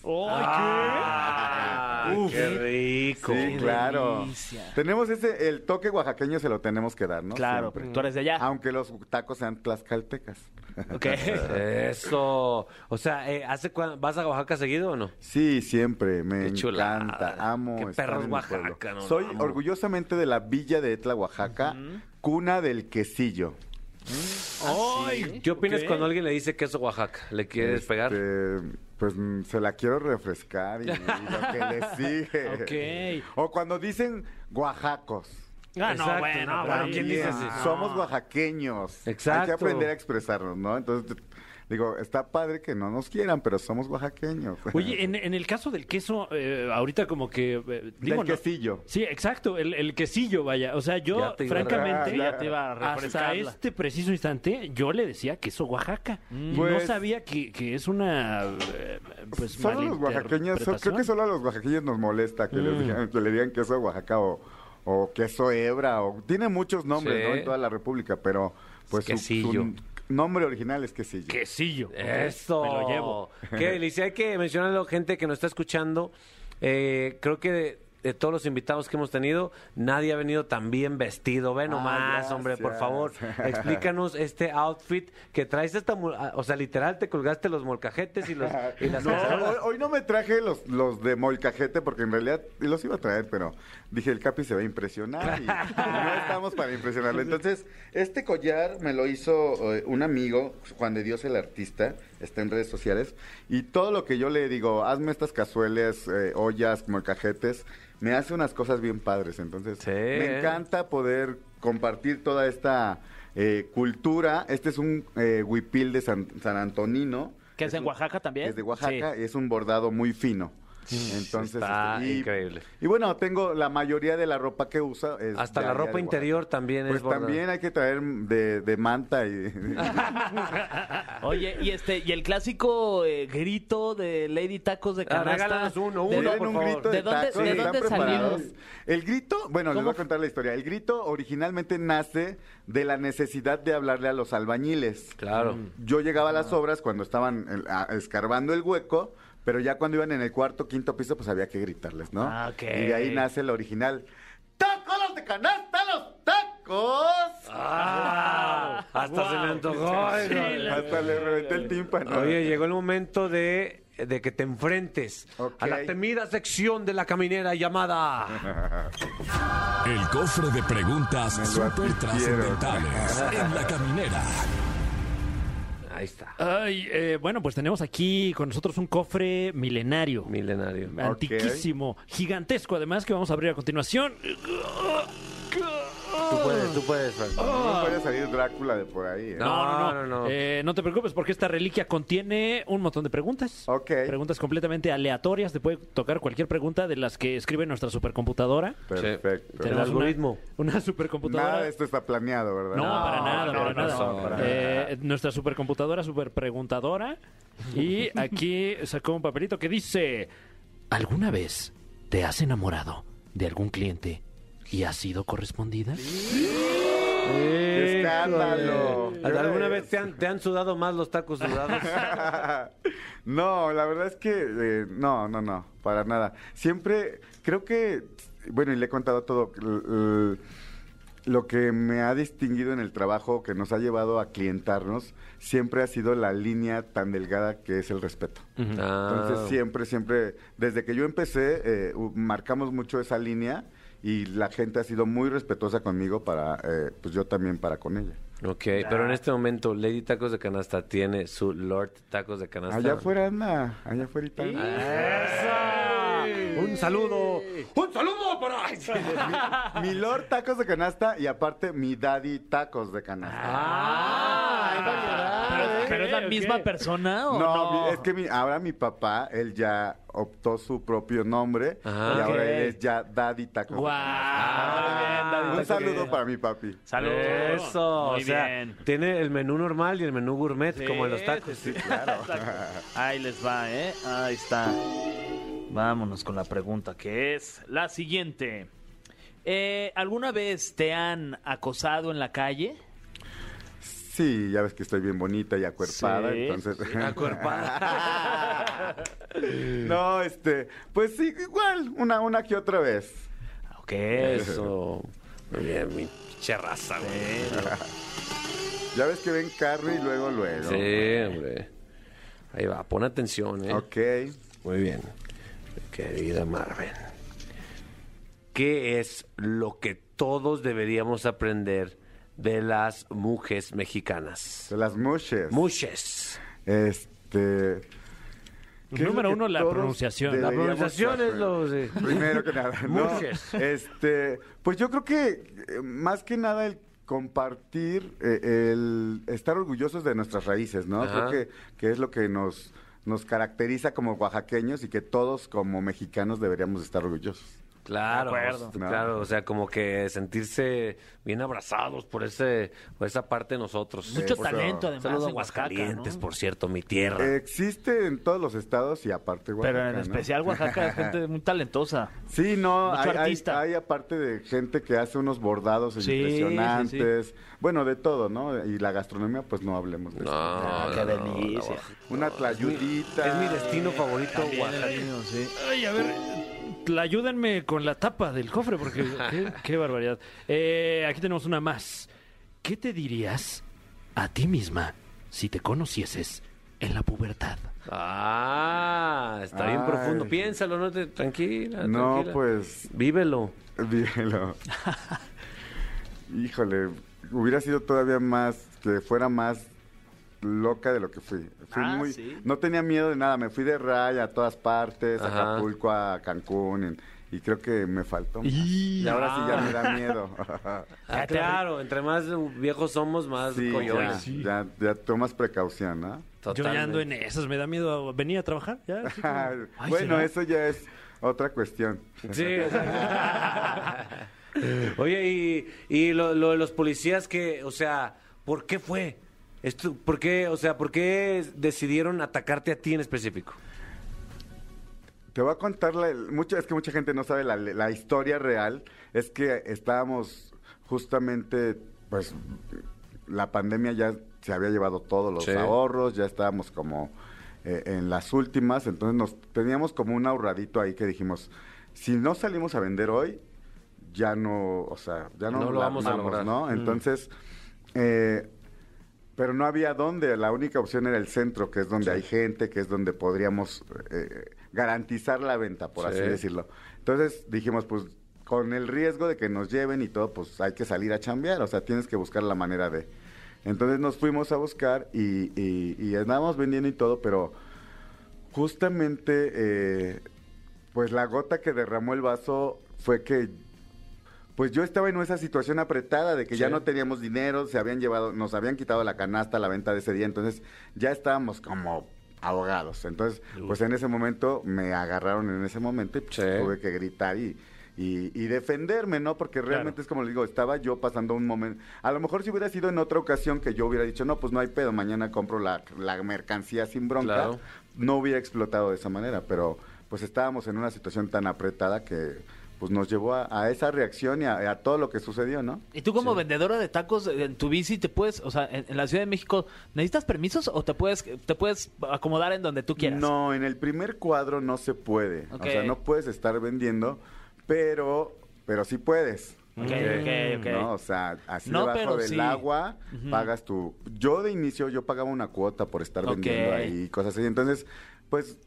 Speaker 2: Ah,
Speaker 10: Uf.
Speaker 2: qué rico.
Speaker 10: Sí, claro.
Speaker 5: delicia.
Speaker 10: Tenemos ese, el toque oaxaqueño se lo tenemos que dar, ¿no? Ah,
Speaker 5: Claro,
Speaker 10: Siempre.
Speaker 5: pero tú eres de allá.
Speaker 10: Aunque los tacos sean tlaxcaltecas.
Speaker 5: Ok.
Speaker 2: Eso. O sea, eh, ¿hace cuán- ¿vas a Oaxaca seguido o no?
Speaker 10: Sí, siempre, me
Speaker 2: Qué chulada.
Speaker 10: encanta, amo.
Speaker 2: Qué
Speaker 10: estar
Speaker 2: perros
Speaker 10: en mi pueblo.
Speaker 2: Oaxaca, no,
Speaker 10: Soy
Speaker 2: lo amo.
Speaker 10: orgullosamente de la villa de Etla, Oaxaca, cuna del quesillo.
Speaker 3: Ay,
Speaker 2: ¿Qué opinas
Speaker 3: ok.
Speaker 2: cuando alguien le dice queso Oaxaca? ¿Le quieres
Speaker 10: Este,
Speaker 2: pegar?
Speaker 10: Pues mm, se la quiero refrescar y, y lo que le sigue.
Speaker 3: Ok.
Speaker 10: O cuando dicen oaxacos.
Speaker 3: Ah, no,
Speaker 2: Exacto,
Speaker 3: bueno,
Speaker 2: no,
Speaker 3: bueno,
Speaker 2: bueno, ¿quién dice
Speaker 10: También,
Speaker 2: así?
Speaker 10: Somos oaxaqueños. Hay que
Speaker 2: Exacto.
Speaker 10: aprender a expresarnos, ¿no? Entonces, digo, está padre que no nos quieran, pero somos oaxaqueños.
Speaker 3: Oye, eh, en, en el caso del queso, eh, ahorita como que... eh, digo,
Speaker 10: Del
Speaker 3: no-
Speaker 10: quesillo.
Speaker 3: Sí, exacto, el, el quesillo, vaya. O sea, yo,
Speaker 2: Ya te iba a
Speaker 3: francamente,
Speaker 10: regañar. Ya te
Speaker 5: iba a
Speaker 3: hasta
Speaker 5: refrescarla.
Speaker 3: este preciso instante, yo le decía queso Oaxaca. Y no
Speaker 10: Pues-
Speaker 3: sabía que, que es una. eh, Pues,
Speaker 10: Solo los oaxaqueños, so- creo que solo a los oaqueños nos molesta que,
Speaker 3: Mm.
Speaker 10: les digan, que le digan queso de Oaxaca o, o queso hebra, o tiene muchos nombres,
Speaker 2: Sí.
Speaker 10: ¿no? En toda la República, pero pues su- su,
Speaker 2: Quesillo.
Speaker 10: nombre original es quesillo.
Speaker 3: Quesillo.
Speaker 2: Eso.
Speaker 3: Me lo llevo.
Speaker 2: Qué delicia. Hay que mencionarlo, gente que nos está escuchando. Eh, creo que de, de todos los invitados que hemos tenido, nadie ha venido tan bien vestido. Ve nomás,
Speaker 10: gracias.
Speaker 2: hombre, por favor. Explícanos este outfit que traes esta... mu- ah, O sea, literal, te colgaste los molcajetes y, los, y las
Speaker 10: No,
Speaker 2: cazarolas.
Speaker 10: hoy, hoy no me traje los, los de molcajete porque en realidad los iba a traer, pero dije el Capi se va a impresionar y no estamos para impresionarlo. Entonces, este collar me lo hizo eh, un amigo, Juan de Dios el artista, está en redes sociales, y todo lo que yo le digo, hazme estas cazuelas, eh, ollas, molcajetes, me hace unas cosas bien padres. Entonces,
Speaker 2: Sí,
Speaker 10: me
Speaker 2: ¿eh?
Speaker 10: encanta poder compartir toda esta eh, cultura. Este es un eh, huipil de San, San Antonino.
Speaker 5: ¿Que es en
Speaker 10: un-
Speaker 5: Oaxaca también?
Speaker 10: es de Oaxaca y es un bordado muy fino. Entonces,
Speaker 2: está
Speaker 10: este, y-
Speaker 2: increíble.
Speaker 10: Y bueno, tengo la mayoría de la ropa que usa. es
Speaker 2: Hasta
Speaker 10: de
Speaker 2: la
Speaker 10: allá de
Speaker 2: ropa
Speaker 10: Oaxaca.
Speaker 2: interior también
Speaker 10: Pues
Speaker 2: es bordada.
Speaker 10: también hay que traer de, de manta y.
Speaker 5: Oye, y este, y el clásico eh, grito de Lady Tacos de
Speaker 2: Ah,
Speaker 5: Canasta.
Speaker 2: regálanos uno,
Speaker 5: ¿De
Speaker 2: uno,
Speaker 5: dónde-
Speaker 10: Tienen
Speaker 2: por
Speaker 10: un
Speaker 2: favor.
Speaker 10: grito de,
Speaker 5: ¿De dónde-
Speaker 10: tacos,
Speaker 5: de
Speaker 10: ¿están
Speaker 5: dónde
Speaker 10: preparados?
Speaker 5: salió?
Speaker 10: El grito, bueno, les
Speaker 5: ¿Cómo
Speaker 10: voy a contar la historia. El grito originalmente nace de la necesidad de hablarle a los albañiles.
Speaker 2: Claro.
Speaker 5: Mm.
Speaker 10: Yo llegaba a las
Speaker 5: Ah.
Speaker 10: obras cuando estaban el- a- escarbando el hueco, pero ya cuando iban en el cuarto, quinto piso, pues había que gritarles, ¿no?
Speaker 5: Ah, ok.
Speaker 10: Y de ahí nace el original. ¡Tacos los de canasta, los tacos!
Speaker 2: Ah, hasta se me antojó. ay, no.
Speaker 10: Hasta le reventé el tímpano.
Speaker 2: Oye, llegó el momento de, de que te enfrentes
Speaker 10: Ok.
Speaker 2: a la temida sección de la caminera llamada.
Speaker 1: El cofre de preguntas
Speaker 10: Me lo
Speaker 1: super
Speaker 10: advirtieron.
Speaker 1: trascendentales en la caminera.
Speaker 2: Ahí está,
Speaker 3: Ay, eh, bueno, pues tenemos aquí con nosotros un cofre milenario.
Speaker 2: milenario.
Speaker 3: antiquísimo, gigantesco además que vamos a abrir a continuación.
Speaker 10: Tú puedes, tú puedes, Franco.
Speaker 3: Ah.
Speaker 10: No puede salir Drácula de por ahí. ¿eh?
Speaker 3: No, no, no. Eh, No, te preocupes porque esta reliquia contiene un montón de preguntas.
Speaker 10: Ok.
Speaker 3: Preguntas completamente aleatorias. Te puede tocar cualquier pregunta de las que escribe nuestra supercomputadora.
Speaker 10: Perfecto.
Speaker 3: Tenemos
Speaker 2: El algoritmo.
Speaker 3: Una, una supercomputadora.
Speaker 10: Nada de esto está planeado, ¿verdad?
Speaker 3: No, para nada,
Speaker 10: no,
Speaker 3: para
Speaker 10: no,
Speaker 3: nada.
Speaker 10: no, para
Speaker 3: Eh, Nuestra supercomputadora, superpreguntadora. Y aquí sacó un papelito que dice: ¿Alguna vez te has enamorado de algún cliente y has sido correspondida?
Speaker 10: Escándalo.
Speaker 2: ¿Alguna vez te han, te han sudado más los tacos sudados?
Speaker 10: no, la verdad es que eh, no, no, no, para nada. Siempre creo que, bueno, y le he contado todo l- l- lo que me ha distinguido en el trabajo que nos ha llevado a clientarnos, siempre ha sido la línea tan delgada que es el respeto.
Speaker 3: Mm. Ah.
Speaker 2: Ah,
Speaker 10: Entonces siempre, siempre, desde que yo empecé, eh, u- marcamos mucho esa línea y la gente ha sido muy respetuosa conmigo para, eh, pues yo también para con ella.
Speaker 2: Ok, pero en este momento Lady Tacos de Canasta tiene su Lord Tacos de Canasta.
Speaker 10: Allá afuera anda, allá afuera.
Speaker 2: Un saludo. Un saludo para...
Speaker 10: Mi Lord Tacos de Canasta y aparte mi Daddy Tacos de
Speaker 5: Ah,
Speaker 10: Canasta.
Speaker 2: Ah,
Speaker 4: Pero, pero es la
Speaker 2: ¿eh?
Speaker 3: ok.
Speaker 4: misma persona
Speaker 10: Ah, no,
Speaker 4: o
Speaker 10: mi-
Speaker 4: no.
Speaker 10: es que mi- ahora mi papá, él ya optó su propio nombre y
Speaker 2: Ah.
Speaker 10: ahora
Speaker 4: Ok.
Speaker 10: él es ya Daddy Tacos. de Canasta. Un saludo para mi papi.
Speaker 5: Saludos.
Speaker 2: Eso,
Speaker 5: Muy
Speaker 2: o sea,
Speaker 5: bien.
Speaker 2: tiene el menú normal y el menú gourmet como en los tacos.
Speaker 5: Ahí les va, ¿eh? Ahí está. Vámonos con la pregunta que es la siguiente. Eh, ¿Alguna vez te han acosado en la calle?
Speaker 10: Sí, ya ves que estoy bien bonita y acuerpada,
Speaker 5: Sí,
Speaker 10: entonces.
Speaker 2: Acuerpada.
Speaker 10: no, este, pues sí, igual, una, una que otra vez.
Speaker 5: Ok.
Speaker 2: Eso. Muy bien, mi cherraza, güey.
Speaker 10: Ya ves que ven carne y luego, luego.
Speaker 2: Sí, hombre. Ahí va, pon atención, ¿eh?
Speaker 10: Ok.
Speaker 2: Muy bien. Querida Marvin. ¿Qué es lo que todos deberíamos aprender de las mujeres mexicanas?
Speaker 10: De las mushes.
Speaker 2: Muchas.
Speaker 10: Este. ¿qué es lo
Speaker 3: Número
Speaker 10: que
Speaker 3: uno, la
Speaker 10: todos
Speaker 3: pronunciación.
Speaker 2: La
Speaker 10: deberíamos
Speaker 2: pronunciación es
Speaker 10: hacer?
Speaker 2: lo... sí.
Speaker 10: Primero que nada, ¿no?
Speaker 2: Muchas.
Speaker 10: Este, pues yo creo que eh, más que nada el compartir, eh, el estar orgullosos de nuestras raíces, ¿no?
Speaker 2: Ajá.
Speaker 10: Creo que, que es lo que nos, nos caracteriza como oaxaqueños y que todos como mexicanos deberíamos estar orgullosos.
Speaker 2: Claro,
Speaker 5: De acuerdo.
Speaker 2: pues, claro, o sea, como que sentirse bien abrazados por ese, por esa parte de nosotros.
Speaker 4: Mucho
Speaker 10: Sí, por
Speaker 4: talento,
Speaker 10: favor.
Speaker 4: además.
Speaker 2: Saludos a
Speaker 4: en Oaxaca,
Speaker 2: Aguascalientes,
Speaker 4: ¿no?
Speaker 2: por cierto, mi tierra.
Speaker 10: Eh, Existe en todos los estados y aparte Oaxaca,
Speaker 5: Pero en
Speaker 10: ¿no?
Speaker 5: especial Oaxaca es gente muy talentosa.
Speaker 10: Sí, no,
Speaker 5: Mucho
Speaker 10: hay, hay-
Speaker 5: artista.
Speaker 10: hay aparte de gente que hace unos bordados
Speaker 5: sí,
Speaker 10: impresionantes. Bueno, de todo, ¿no? Y la gastronomía, pues no hablemos de
Speaker 2: No,
Speaker 10: eso.
Speaker 2: Ah, qué no, no, delicia.
Speaker 10: Una tlayudita.
Speaker 2: es mi destino favorito, Oaxaca.
Speaker 3: Ay, a ver, la- ayúdenme con la tapa del cofre, porque qué, qué barbaridad. Eh, aquí tenemos una más. ¿Qué te dirías a ti misma si te conocieses en la pubertad?
Speaker 2: Ah, está bien
Speaker 10: Ay.
Speaker 2: profundo. Piénsalo, no te, tranquila.
Speaker 10: No,
Speaker 2: tranquila.
Speaker 10: pues,
Speaker 2: Vívelo.
Speaker 10: dígelo. Híjole, hubiera sido todavía más, que fuera más loca de lo que fui. Fui
Speaker 5: Ah,
Speaker 10: muy,
Speaker 5: sí.
Speaker 10: no tenía miedo de nada, me fui de raya a todas partes, a
Speaker 2: Ajá.
Speaker 10: Acapulco, a Cancún, y, y creo que me faltó. más. Y ahora sí ya me da miedo.
Speaker 2: Ah, claro, entre más viejos somos, más
Speaker 10: Sí, ya,
Speaker 2: coyones.
Speaker 10: ya, ya tomas precaución, ¿no?
Speaker 3: Yo ya
Speaker 2: Totalmente.
Speaker 3: ando en esas, me da miedo venir a trabajar. ya, así como, ay,
Speaker 10: bueno,
Speaker 3: ¿será?
Speaker 10: eso ya es otra cuestión.
Speaker 2: Sí. o sea. Oye, y, y lo, lo de los policías que, o sea, ¿por qué fue? Esto, ¿Por qué, o sea, por qué decidieron atacarte a ti en específico?
Speaker 10: Te voy a contar, la, mucha, es que mucha gente no sabe la, la historia real, es que estábamos justamente, pues, la pandemia ya se había llevado todos los
Speaker 2: Sí.
Speaker 10: ahorros, ya estábamos como eh, en las últimas, entonces nos teníamos como un ahorradito ahí que dijimos, si no salimos a vender hoy, ya no, o sea, ya no,
Speaker 2: No lo
Speaker 10: la
Speaker 2: vamos a
Speaker 10: armamos,
Speaker 2: lograr. Mm.
Speaker 10: ¿no? Entonces, eh, pero no había dónde, la única opción era el centro, que es donde hay gente, que es donde podríamos eh, garantizar la venta, por así
Speaker 2: Sí.
Speaker 10: decirlo. Entonces dijimos, pues con el riesgo de que nos lleven y todo, pues hay que salir a chambear, o sea, tienes que buscar la manera de... Entonces nos fuimos a buscar y, y, y andábamos vendiendo y todo, pero justamente, eh, pues la gota que derramó el vaso fue que pues yo estaba en esa situación apretada de que ya no teníamos dinero, se habían llevado, nos habían quitado la canasta, la venta de ese día, entonces ya estábamos como ahogados. Entonces, pues en ese momento me agarraron en ese momento y pues, tuve que gritar y, y, y defenderme, ¿no? Porque realmente es como les digo, estaba yo pasando un momento. A lo mejor si hubiera sido en otra ocasión que yo hubiera dicho, no, pues no hay pedo, mañana compro la, la mercancía sin bronca,
Speaker 2: Claro.
Speaker 10: no hubiera explotado de esa manera, pero pues estábamos en una situación tan apretada que pues nos llevó a, a esa reacción y a, a todo lo que sucedió, ¿no?
Speaker 5: Y tú como vendedora de tacos eh, en tu bici te puedes, o sea, en, en la Ciudad de México, ¿necesitas permisos o te puedes te puedes acomodar en donde tú quieras?
Speaker 10: No, en el primer cuadro no se puede.
Speaker 5: Ok.
Speaker 10: O sea, no puedes estar vendiendo, pero, pero sí puedes.
Speaker 5: Ok, ok, ok.
Speaker 10: No, o sea, así
Speaker 5: No, pero
Speaker 10: debajo del
Speaker 5: sí.
Speaker 10: agua
Speaker 5: Ujú.
Speaker 10: pagas tu. Yo de inicio yo pagaba una cuota por estar
Speaker 5: Ok.
Speaker 10: vendiendo ahí y cosas así. Entonces, pues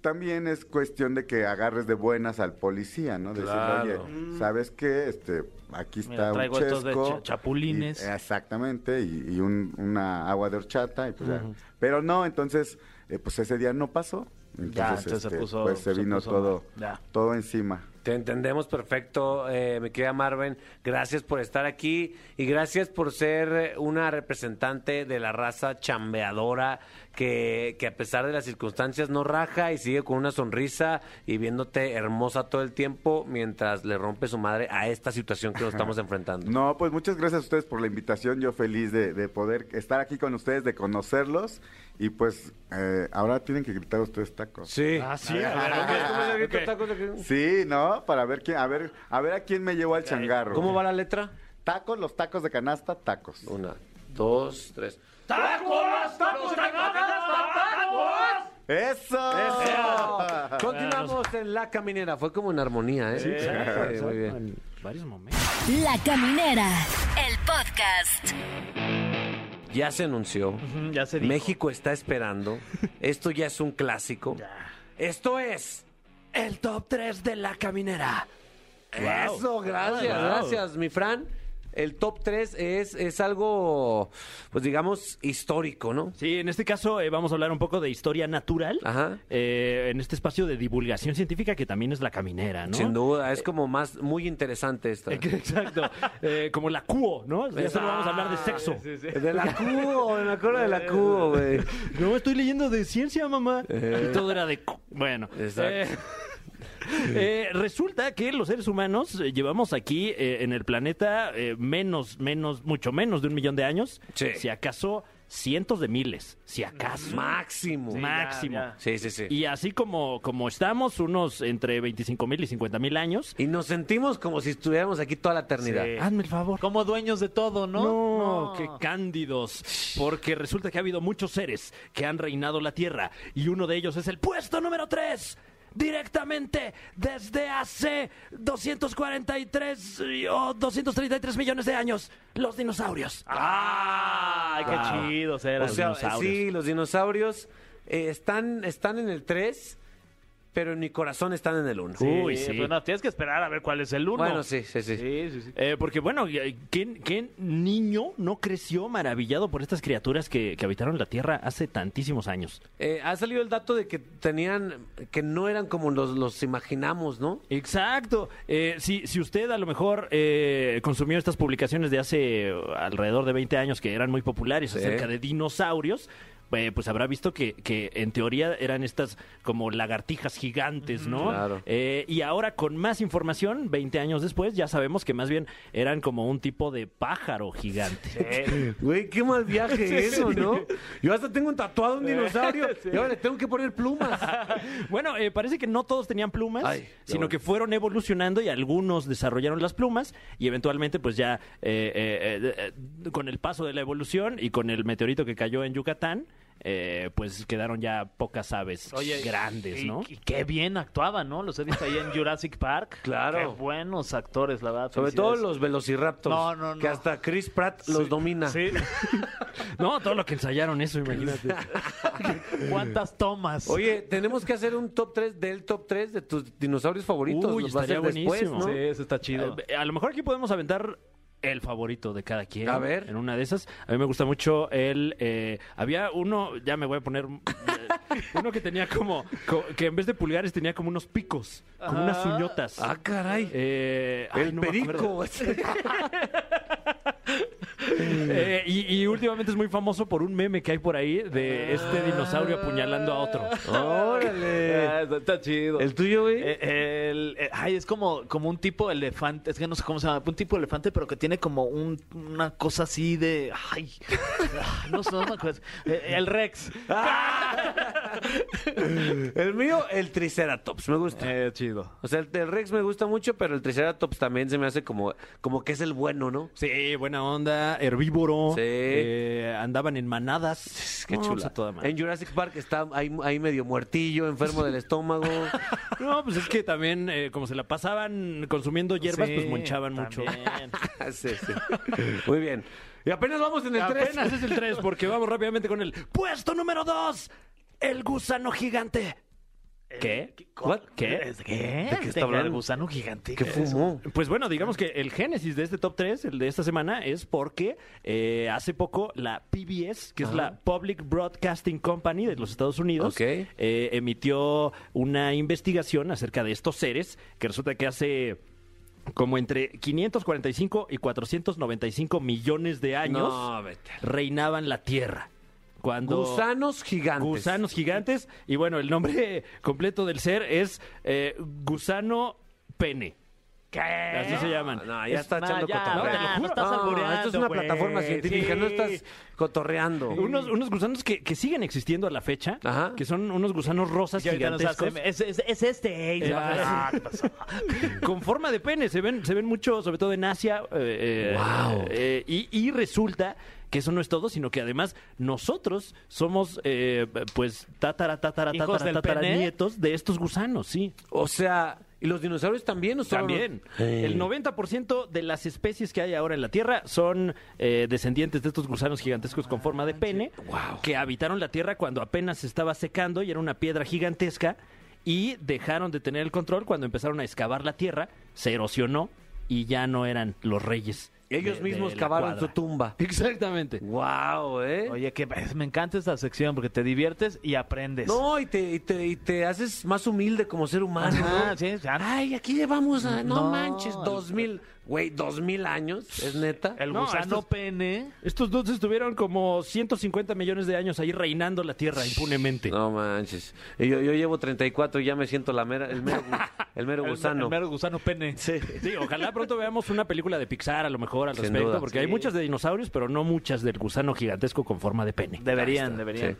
Speaker 10: también es cuestión de que agarres de buenas al policía, ¿no? Decirle,
Speaker 5: Claro.
Speaker 10: oye, ¿sabes qué? Este, aquí está
Speaker 5: Mira,
Speaker 10: un
Speaker 5: traigo estos de
Speaker 10: chesco
Speaker 5: cha- chapulines.
Speaker 10: y- exactamente, y, y un- una agua de horchata. Y pues ya. Pero no, entonces, eh, pues ese día no pasó. Entonces,
Speaker 5: Ya, entonces se
Speaker 10: este,
Speaker 5: puso-
Speaker 10: pues se,
Speaker 5: se
Speaker 10: vino
Speaker 5: puso
Speaker 10: todo,
Speaker 5: mal. Ya.
Speaker 10: todo encima.
Speaker 2: Te entendemos perfecto, eh, mi querida Marven. Gracias por estar aquí y gracias por ser eh, una representante de la raza chambeadora que, que a pesar de las circunstancias no raja y sigue con una sonrisa y viéndote hermosa todo el tiempo mientras le rompe su madre a esta situación que nos estamos enfrentando.
Speaker 10: No, pues muchas gracias a ustedes por la invitación. Yo feliz de, de poder estar aquí con ustedes, de conocerlos. Y pues eh, ahora tienen que gritar ustedes tacos.
Speaker 2: Sí.
Speaker 3: Ah, sí, a ver, ok,
Speaker 2: ¿Cómo se grita
Speaker 3: ok.
Speaker 2: tacos de-
Speaker 10: Sí, ¿no? Para ver quién, a ver, a ver a quién me llevo al changarro.
Speaker 2: ¿Cómo va la letra?
Speaker 10: Tacos, los tacos de canasta, tacos.
Speaker 2: Una, dos, tres.
Speaker 10: ¡Eso! Oh.
Speaker 2: Continuamos en La Caminera. Fue como en armonía, ¿eh? Sí, muy bien.
Speaker 4: En varios momentos.
Speaker 6: La Caminera, el podcast.
Speaker 2: Ya se anunció.
Speaker 4: Ujú, Ya se dijo.
Speaker 2: México está esperando. Esto ya es un clásico. Esto es el top 3 de la caminera. Eso, gracias,
Speaker 4: Wow.
Speaker 2: gracias, mi Fran. El top 3 es, es algo, pues digamos, histórico, ¿no?
Speaker 3: Sí, en este caso eh, vamos a hablar un poco de historia natural.
Speaker 2: Ajá.
Speaker 3: eh, en este espacio de divulgación científica que también es la caminera, ¿no?
Speaker 2: Sin duda, es como más, muy interesante esta.
Speaker 3: Exacto. Eh, como la cuo, ¿no? Ya solo vamos a hablar de sexo.
Speaker 2: De la cubo, me acuerdo de la cubo, güey.
Speaker 3: No, estoy leyendo de ciencia, mamá. Y todo era de... cu- Bueno.
Speaker 2: Exacto.
Speaker 3: eh, eh, resulta que los seres humanos eh, llevamos aquí eh, en el planeta eh, menos, menos, mucho menos de un millón de años.
Speaker 2: Sí.
Speaker 3: Si acaso cientos de miles. Si acaso.
Speaker 2: Máximo.
Speaker 3: máximo.
Speaker 5: ya,
Speaker 2: Sí, sí, sí.
Speaker 3: Y así como, como estamos, unos entre 25 mil y 50 mil años. eh,
Speaker 2: Y nos sentimos como si estuviéramos aquí toda la eternidad. Ah,
Speaker 3: Hazme el favor.
Speaker 5: Como dueños de todo, ¿no?
Speaker 3: No, qué cándidos. Porque resulta que ha habido muchos seres que han reinado la Tierra. Y uno de ellos es el puesto número 3. Directamente desde hace 243 y- o 233 millones de años, los dinosaurios.
Speaker 5: Ay, qué
Speaker 3: Wow.
Speaker 5: chidos eran
Speaker 2: O sea,
Speaker 5: los dinosaurios.
Speaker 2: sí, los dinosaurios eh, están, están en el 3, pero en mi corazón están en el 1.
Speaker 3: Uy,
Speaker 5: Sí,
Speaker 3: sí.
Speaker 5: pues no, tienes que esperar a ver cuál es el uno.
Speaker 2: Bueno, sí, sí, sí.
Speaker 5: Sí, sí, sí.
Speaker 3: Eh, porque bueno, eh, ¿qué, qué niño no creció maravillado por estas criaturas que, que habitaron la Tierra hace tantísimos años?
Speaker 2: Eh, ha salido el dato de que tenían, que no eran como los, los imaginamos, ¿no?
Speaker 3: Exacto. Eh, si, si usted a lo mejor eh, consumió estas publicaciones de hace eh, alrededor de 20 años que eran muy populares
Speaker 2: Sí.
Speaker 3: acerca de dinosaurios, eh, pues habrá visto que, que en teoría eran estas como lagartijas gigantes, ¿no?
Speaker 2: Claro.
Speaker 3: Eh, y ahora con más información, 20 años después, ya sabemos que más bien eran como un tipo de pájaro gigante.
Speaker 2: Güey, qué mal viaje eso, ¿no? Yo hasta tengo un tatuado a un dinosaurio y ahora le tengo que poner plumas.
Speaker 3: Bueno, eh, parece que no todos tenían plumas,
Speaker 2: Ay, qué
Speaker 3: sino
Speaker 2: bueno.
Speaker 3: que fueron evolucionando y algunos desarrollaron las plumas y eventualmente pues ya eh, eh, eh, eh, con el paso de la evolución y con el meteorito que cayó en Yucatán, eh, pues quedaron ya pocas aves grandes,
Speaker 5: y-
Speaker 3: ¿no?
Speaker 5: Y, qué bien actuaban, ¿no? Los he visto ahí en Jurassic Park.
Speaker 2: Claro.
Speaker 5: Qué buenos actores, la verdad.
Speaker 2: Sobre todo los velociraptors.
Speaker 5: No, no, no.
Speaker 2: Que hasta Chris Pratt los domina.
Speaker 5: felicidades.
Speaker 3: No, todo lo que ensayaron eso, imagínate.
Speaker 5: Sí. ¿Cuántas tomas?
Speaker 2: Oye, tenemos que hacer un top 3 del top 3 de tus dinosaurios favoritos.
Speaker 3: Uy,
Speaker 2: Los va a
Speaker 3: estaría
Speaker 2: hacer después,
Speaker 3: buenísimo.
Speaker 2: ¿no?
Speaker 5: Sí, eso está chido.
Speaker 3: Eh, a lo mejor aquí podemos aventar el favorito de cada quien.
Speaker 2: A ver.
Speaker 3: En una de esas. A mí me gusta mucho el. eh, había uno, ya me voy a poner. eh, uno que tenía como. co- que en vez de pulgares tenía como unos picos, como unas uñotas.
Speaker 2: Ah, caray.
Speaker 3: Eh, ay,
Speaker 2: el
Speaker 3: no me acuerdo.
Speaker 2: perico.
Speaker 3: Eh, y, y últimamente es muy famoso por un meme que hay por ahí de este dinosaurio apuñalando a otro.
Speaker 2: Órale.
Speaker 5: Ah, está, está chido.
Speaker 2: eh, ¿El tuyo, güey?
Speaker 5: Eh, el- eh, ay, es como, como un tipo elefante. Es que no sé cómo se llama. Un tipo elefante, pero que tiene como un- una cosa así de. Ay, ah, no sé, no me acuerdo. Eh, el Rex.
Speaker 2: Ah. El mío, el Triceratops, me gusta.
Speaker 5: Eh, chido.
Speaker 2: O sea, el, el Rex me gusta mucho, pero el Triceratops también se me hace como, como que es el bueno, ¿no?
Speaker 3: Sí, buena onda, herbívoro.
Speaker 2: Sí.
Speaker 3: Eh, andaban en manadas.
Speaker 2: Qué
Speaker 3: No,
Speaker 2: chula.
Speaker 3: pues, a toda madre.
Speaker 2: En Jurassic Park está ahí, ahí medio muertillo, enfermo del estómago.
Speaker 3: No, pues es que también, eh, como se la pasaban consumiendo hierbas,
Speaker 5: Sí,
Speaker 3: pues monchaban mucho.
Speaker 5: también.
Speaker 2: Sí, sí. Muy bien. Y apenas vamos en el tres.
Speaker 3: Apenas es el 3, porque vamos rápidamente con el puesto número 2. El gusano gigante. ¿Qué?
Speaker 2: ¿What?
Speaker 3: ¿Qué?
Speaker 5: ¿Qué?
Speaker 2: ¿De qué está
Speaker 5: Tenga
Speaker 2: hablando?
Speaker 5: El gusano gigante.
Speaker 2: ¿Qué fumó?
Speaker 3: Pues bueno, digamos que el génesis de este top 3, el de esta semana, es porque eh, hace poco la PBS, que es la Public Broadcasting Company de los Estados Unidos,
Speaker 2: Ok.
Speaker 3: eh, emitió una investigación acerca de estos seres que resulta que hace como entre 545 y 495 millones de años
Speaker 2: No, vete.
Speaker 3: reinaban la Tierra. Cuando
Speaker 2: Gusanos gigantes.
Speaker 3: Gusanos gigantes. Y bueno, el nombre completo del ser es eh, gusano pene. Así se llaman.
Speaker 2: No, ya está
Speaker 5: No,
Speaker 2: echando
Speaker 5: ya,
Speaker 2: cotorreo.
Speaker 5: no, te lo juro.
Speaker 2: No,
Speaker 5: estás albureando,
Speaker 2: esto es una
Speaker 5: güey.
Speaker 2: plataforma científica,
Speaker 5: Sí.
Speaker 2: no estás cotorreando.
Speaker 3: Unos, unos gusanos que, que siguen existiendo a la fecha,
Speaker 2: Ajá.
Speaker 3: que son unos gusanos rosas
Speaker 5: Y ahorita nos
Speaker 3: gigantescos.
Speaker 5: hace- es, es- es este. y se va a hacer-
Speaker 3: Ah.
Speaker 5: Ah, ¿qué pasó?
Speaker 3: con forma de pene. Se ven, se ven mucho, sobre todo en Asia. eh, eh,
Speaker 2: Wow.
Speaker 3: eh, y, y resulta que eso no es todo, sino que además nosotros somos, eh, pues, tatara, tatara,
Speaker 5: ¿Hijos
Speaker 3: tatara,
Speaker 5: del
Speaker 3: tatara,
Speaker 5: pene?
Speaker 3: nietos de estos gusanos, sí.
Speaker 2: O sea, ¿y los dinosaurios también? ¿O solo
Speaker 3: También.
Speaker 2: los-
Speaker 3: El 90% de las especies que hay ahora en la Tierra son eh, descendientes de estos gusanos gigantescos con forma
Speaker 2: Ah,
Speaker 3: de pene que habitaron la Tierra cuando apenas se estaba secando y era una piedra gigantesca y dejaron de tener el control cuando empezaron a excavar la Tierra, se erosionó y ya no eran los reyes.
Speaker 2: Ellos
Speaker 3: de-
Speaker 2: mismos
Speaker 3: de la
Speaker 2: cavaron su
Speaker 3: cuadra.
Speaker 2: tumba.
Speaker 3: Exactamente.
Speaker 2: Wow, ¿eh?
Speaker 5: Oye, que me encanta esta sección porque te diviertes y aprendes.
Speaker 2: No, y te, y, te, y te haces más humilde como ser humano.
Speaker 5: Ajá,
Speaker 2: ¿no?
Speaker 5: sí, ya-
Speaker 2: Ay, aquí llevamos a. No,
Speaker 5: No,
Speaker 2: manches,
Speaker 5: el-
Speaker 2: dos mil. Güey, dos mil años, ¿es neta?
Speaker 5: El
Speaker 3: No,
Speaker 5: gusano
Speaker 3: estos-
Speaker 5: pene.
Speaker 3: Estos dos estuvieron como 150 millones de años ahí reinando la Tierra impunemente.
Speaker 2: No manches. Y Yo, yo llevo 34 y ya me siento la mera, el mero, gu- el mero
Speaker 5: El-
Speaker 2: gusano.
Speaker 5: El, mero gusano pene.
Speaker 2: Sí.
Speaker 3: Sí, ojalá pronto veamos una película de Pixar a lo mejor al
Speaker 2: Sin
Speaker 3: respecto,
Speaker 2: duda.
Speaker 3: porque hay muchas de dinosaurios, pero no muchas del gusano gigantesco con forma de pene.
Speaker 5: Deberían, deberían.
Speaker 2: Sí.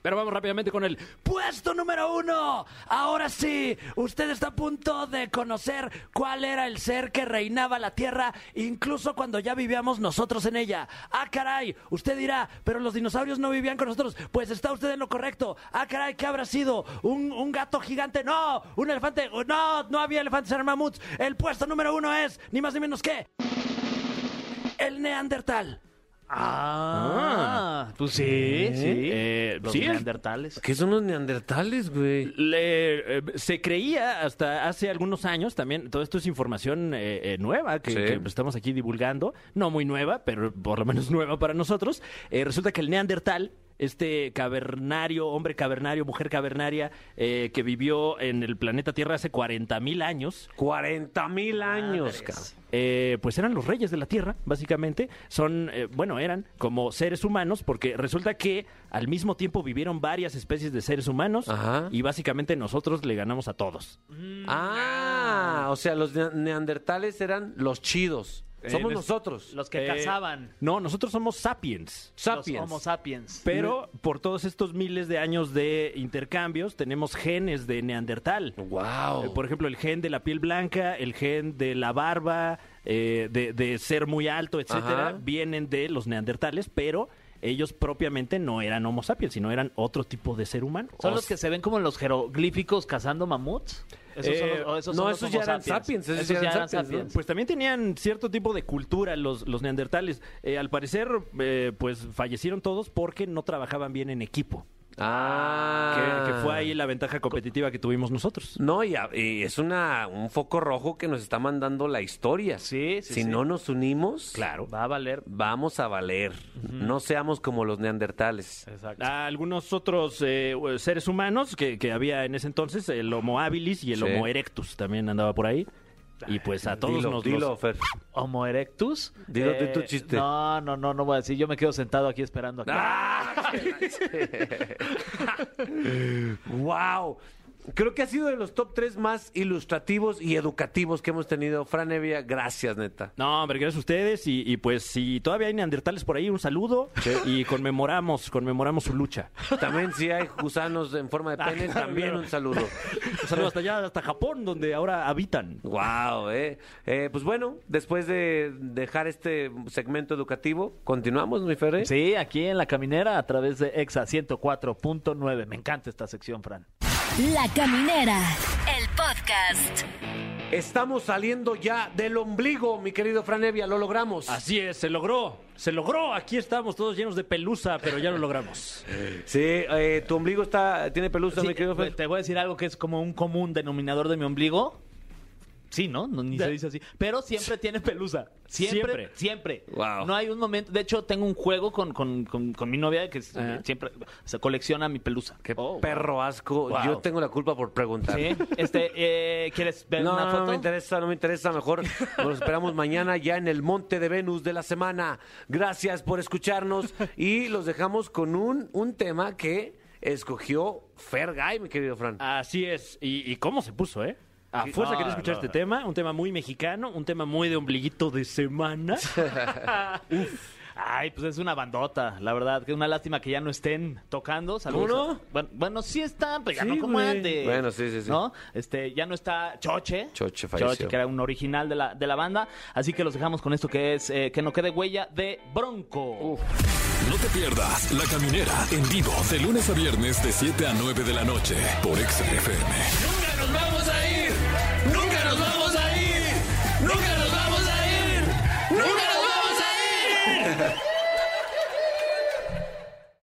Speaker 3: Pero vamos rápidamente con el puesto número uno. Ahora sí, usted está a punto de conocer cuál era el ser que reinaba la Tierra, incluso cuando ya vivíamos nosotros en ella. Ah, caray, usted dirá, pero los dinosaurios no vivían con nosotros. Pues está usted en lo correcto. Ah, caray, ¿qué habrá sido? ¿Un, un gato gigante? No, un elefante. Oh, No, no había elefantes, eran mamuts. El puesto número uno es, ni más ni menos que, el neandertal.
Speaker 5: Ah, pues sí, sí.
Speaker 3: Eh,
Speaker 5: Los
Speaker 3: sí, es-
Speaker 5: neandertales.
Speaker 2: ¿Qué son los neandertales, güey?
Speaker 3: Le- eh, se creía hasta hace algunos años también, todo esto es información eh, eh, nueva que,
Speaker 2: Sí.
Speaker 3: que estamos aquí divulgando, no muy nueva, pero por lo menos nueva para nosotros, Eh, resulta que el neandertal, este cavernario, hombre cavernario, mujer cavernaria, eh, que vivió en el planeta Tierra hace 40 mil años,
Speaker 2: 40 mil años, cabrón.
Speaker 3: eh, pues eran los reyes de la Tierra, básicamente. Son, eh, bueno, eran como seres humanos, porque resulta que al mismo tiempo vivieron varias especies de seres humanos
Speaker 2: Ajá.
Speaker 3: y básicamente nosotros le ganamos a todos.
Speaker 2: Ah, o sea, los ne- neandertales eran los chidos. Somos
Speaker 5: Eh,
Speaker 2: nosotros.
Speaker 5: Los que
Speaker 3: Eh,
Speaker 5: cazaban.
Speaker 3: No, nosotros somos sapiens.
Speaker 2: sapiens.
Speaker 5: Los homo sapiens.
Speaker 3: Pero por todos estos miles de años de intercambios tenemos genes de neandertal.
Speaker 5: Oh.
Speaker 2: Wow.
Speaker 3: Eh, Por ejemplo, el gen de la piel blanca, el gen de la barba, eh, de, de ser muy alto, etcétera,
Speaker 2: Ajá.
Speaker 3: vienen de los neandertales, pero ellos propiamente no eran homo sapiens, sino eran otro tipo de ser humano.
Speaker 5: ¿Son los que se ven como en los jeroglíficos cazando mamuts? Esos
Speaker 3: Eh,
Speaker 5: son los, o esos
Speaker 2: no,
Speaker 5: son los
Speaker 2: esos
Speaker 5: homo
Speaker 2: ya eran sapiens, esos ya eran sapiens, ¿no?
Speaker 3: Pues también tenían cierto tipo de cultura los, los neandertales. Eh, al parecer, eh, pues fallecieron todos porque no trabajaban bien en equipo.
Speaker 2: Ah.
Speaker 3: Que, que fue ahí la ventaja competitiva que tuvimos nosotros.
Speaker 2: No, y, a- y es una, un foco rojo que nos está mandando la historia.
Speaker 11: Sí, sí,
Speaker 2: Si
Speaker 11: sí.
Speaker 2: no nos unimos,
Speaker 3: Claro.
Speaker 11: Va a valer.
Speaker 2: vamos a valer. No seamos como los neandertales.
Speaker 11: Exacto.
Speaker 5: Ah,
Speaker 3: A algunos otros eh, seres humanos que, que había en ese entonces, el Homo habilis y el
Speaker 2: Sí.
Speaker 3: Homo erectus también andaba por ahí. Y pues a todos
Speaker 2: dilo,
Speaker 3: nos los-
Speaker 2: dilo, Fer.
Speaker 5: Homo erectus. Eh,
Speaker 2: Dilo tú tu chiste.
Speaker 5: No, no, no, no voy a decir. Yo me quedo sentado aquí esperando. Aquí.
Speaker 2: ¡Ah! ¡Wow! Creo que ha sido de los top 3 más ilustrativos y educativos que hemos tenido. Fran Evia, gracias, neta.
Speaker 3: No, hombre, gracias a ustedes. Y, y, pues si todavía hay neandertales por ahí, un saludo. Y conmemoramos, conmemoramos su lucha.
Speaker 2: También si hay gusanos en forma de pene, también un saludo.
Speaker 3: Un saludo hasta allá, hasta Japón, donde ahora habitan.
Speaker 2: Wow, eh. Eh, pues bueno, después de dejar este segmento educativo, continuamos, mi Ferre.
Speaker 5: Sí, aquí en la caminera a través de Exa 104.9. Me encanta esta sección, Fran.
Speaker 6: La Caminera, el podcast.
Speaker 2: Estamos saliendo ya del ombligo, mi querido Fran Evia, lo logramos.
Speaker 3: Así es, se logró, se logró. Aquí estamos todos llenos de pelusa, pero ya lo logramos.
Speaker 2: Sí, eh, tu ombligo está tiene pelusa,
Speaker 5: Sí,
Speaker 2: mi querido Fer.
Speaker 5: te voy a decir algo que es como un común denominador de mi ombligo. Sí, ¿no? No, Ni se dice así. Pero siempre tiene pelusa. Siempre. Siempre.
Speaker 2: Wow.
Speaker 5: No hay un momento. De hecho, tengo un juego con, con- con- con mi novia que es- eh, siempre se colecciona mi pelusa.
Speaker 2: Qué
Speaker 5: Oh, wow.
Speaker 2: perro asco.
Speaker 5: Wow.
Speaker 2: Yo tengo la culpa por preguntar.
Speaker 5: Sí. Este, eh, ¿Quieres ver
Speaker 2: No,
Speaker 5: una
Speaker 2: no,
Speaker 5: foto?
Speaker 2: no me interesa, no me interesa. Mejor nos esperamos mañana ya en el Monte de Venus de la semana. Gracias por escucharnos y los dejamos con un, un tema que escogió Fergay, mi querido Fran.
Speaker 3: Así es, y, y cómo se puso, ¿eh? A fuerza
Speaker 5: Ah, no,
Speaker 3: quería escuchar
Speaker 5: no,
Speaker 3: este
Speaker 5: no.
Speaker 3: tema, un tema muy mexicano, un tema muy de ombliguito de semana.
Speaker 5: Ay, pues es una bandota, la verdad. Que es una lástima que ya no estén tocando. Saludos.
Speaker 2: ¿Cómo
Speaker 5: a-
Speaker 2: no?
Speaker 5: Bueno, bueno, sí están, pero ya
Speaker 2: Sí,
Speaker 5: no como
Speaker 2: güey.
Speaker 5: antes.
Speaker 2: Bueno, sí, sí, sí.
Speaker 5: ¿No? Este, ya no está Choche.
Speaker 2: Choche falleció.
Speaker 5: que era un original de la, de la banda. Así que los dejamos con esto que es eh, Que no quede huella de Bronco.
Speaker 1: No te pierdas La Caminera en vivo de lunes a viernes de 7 a 9 de la noche por Exa FM.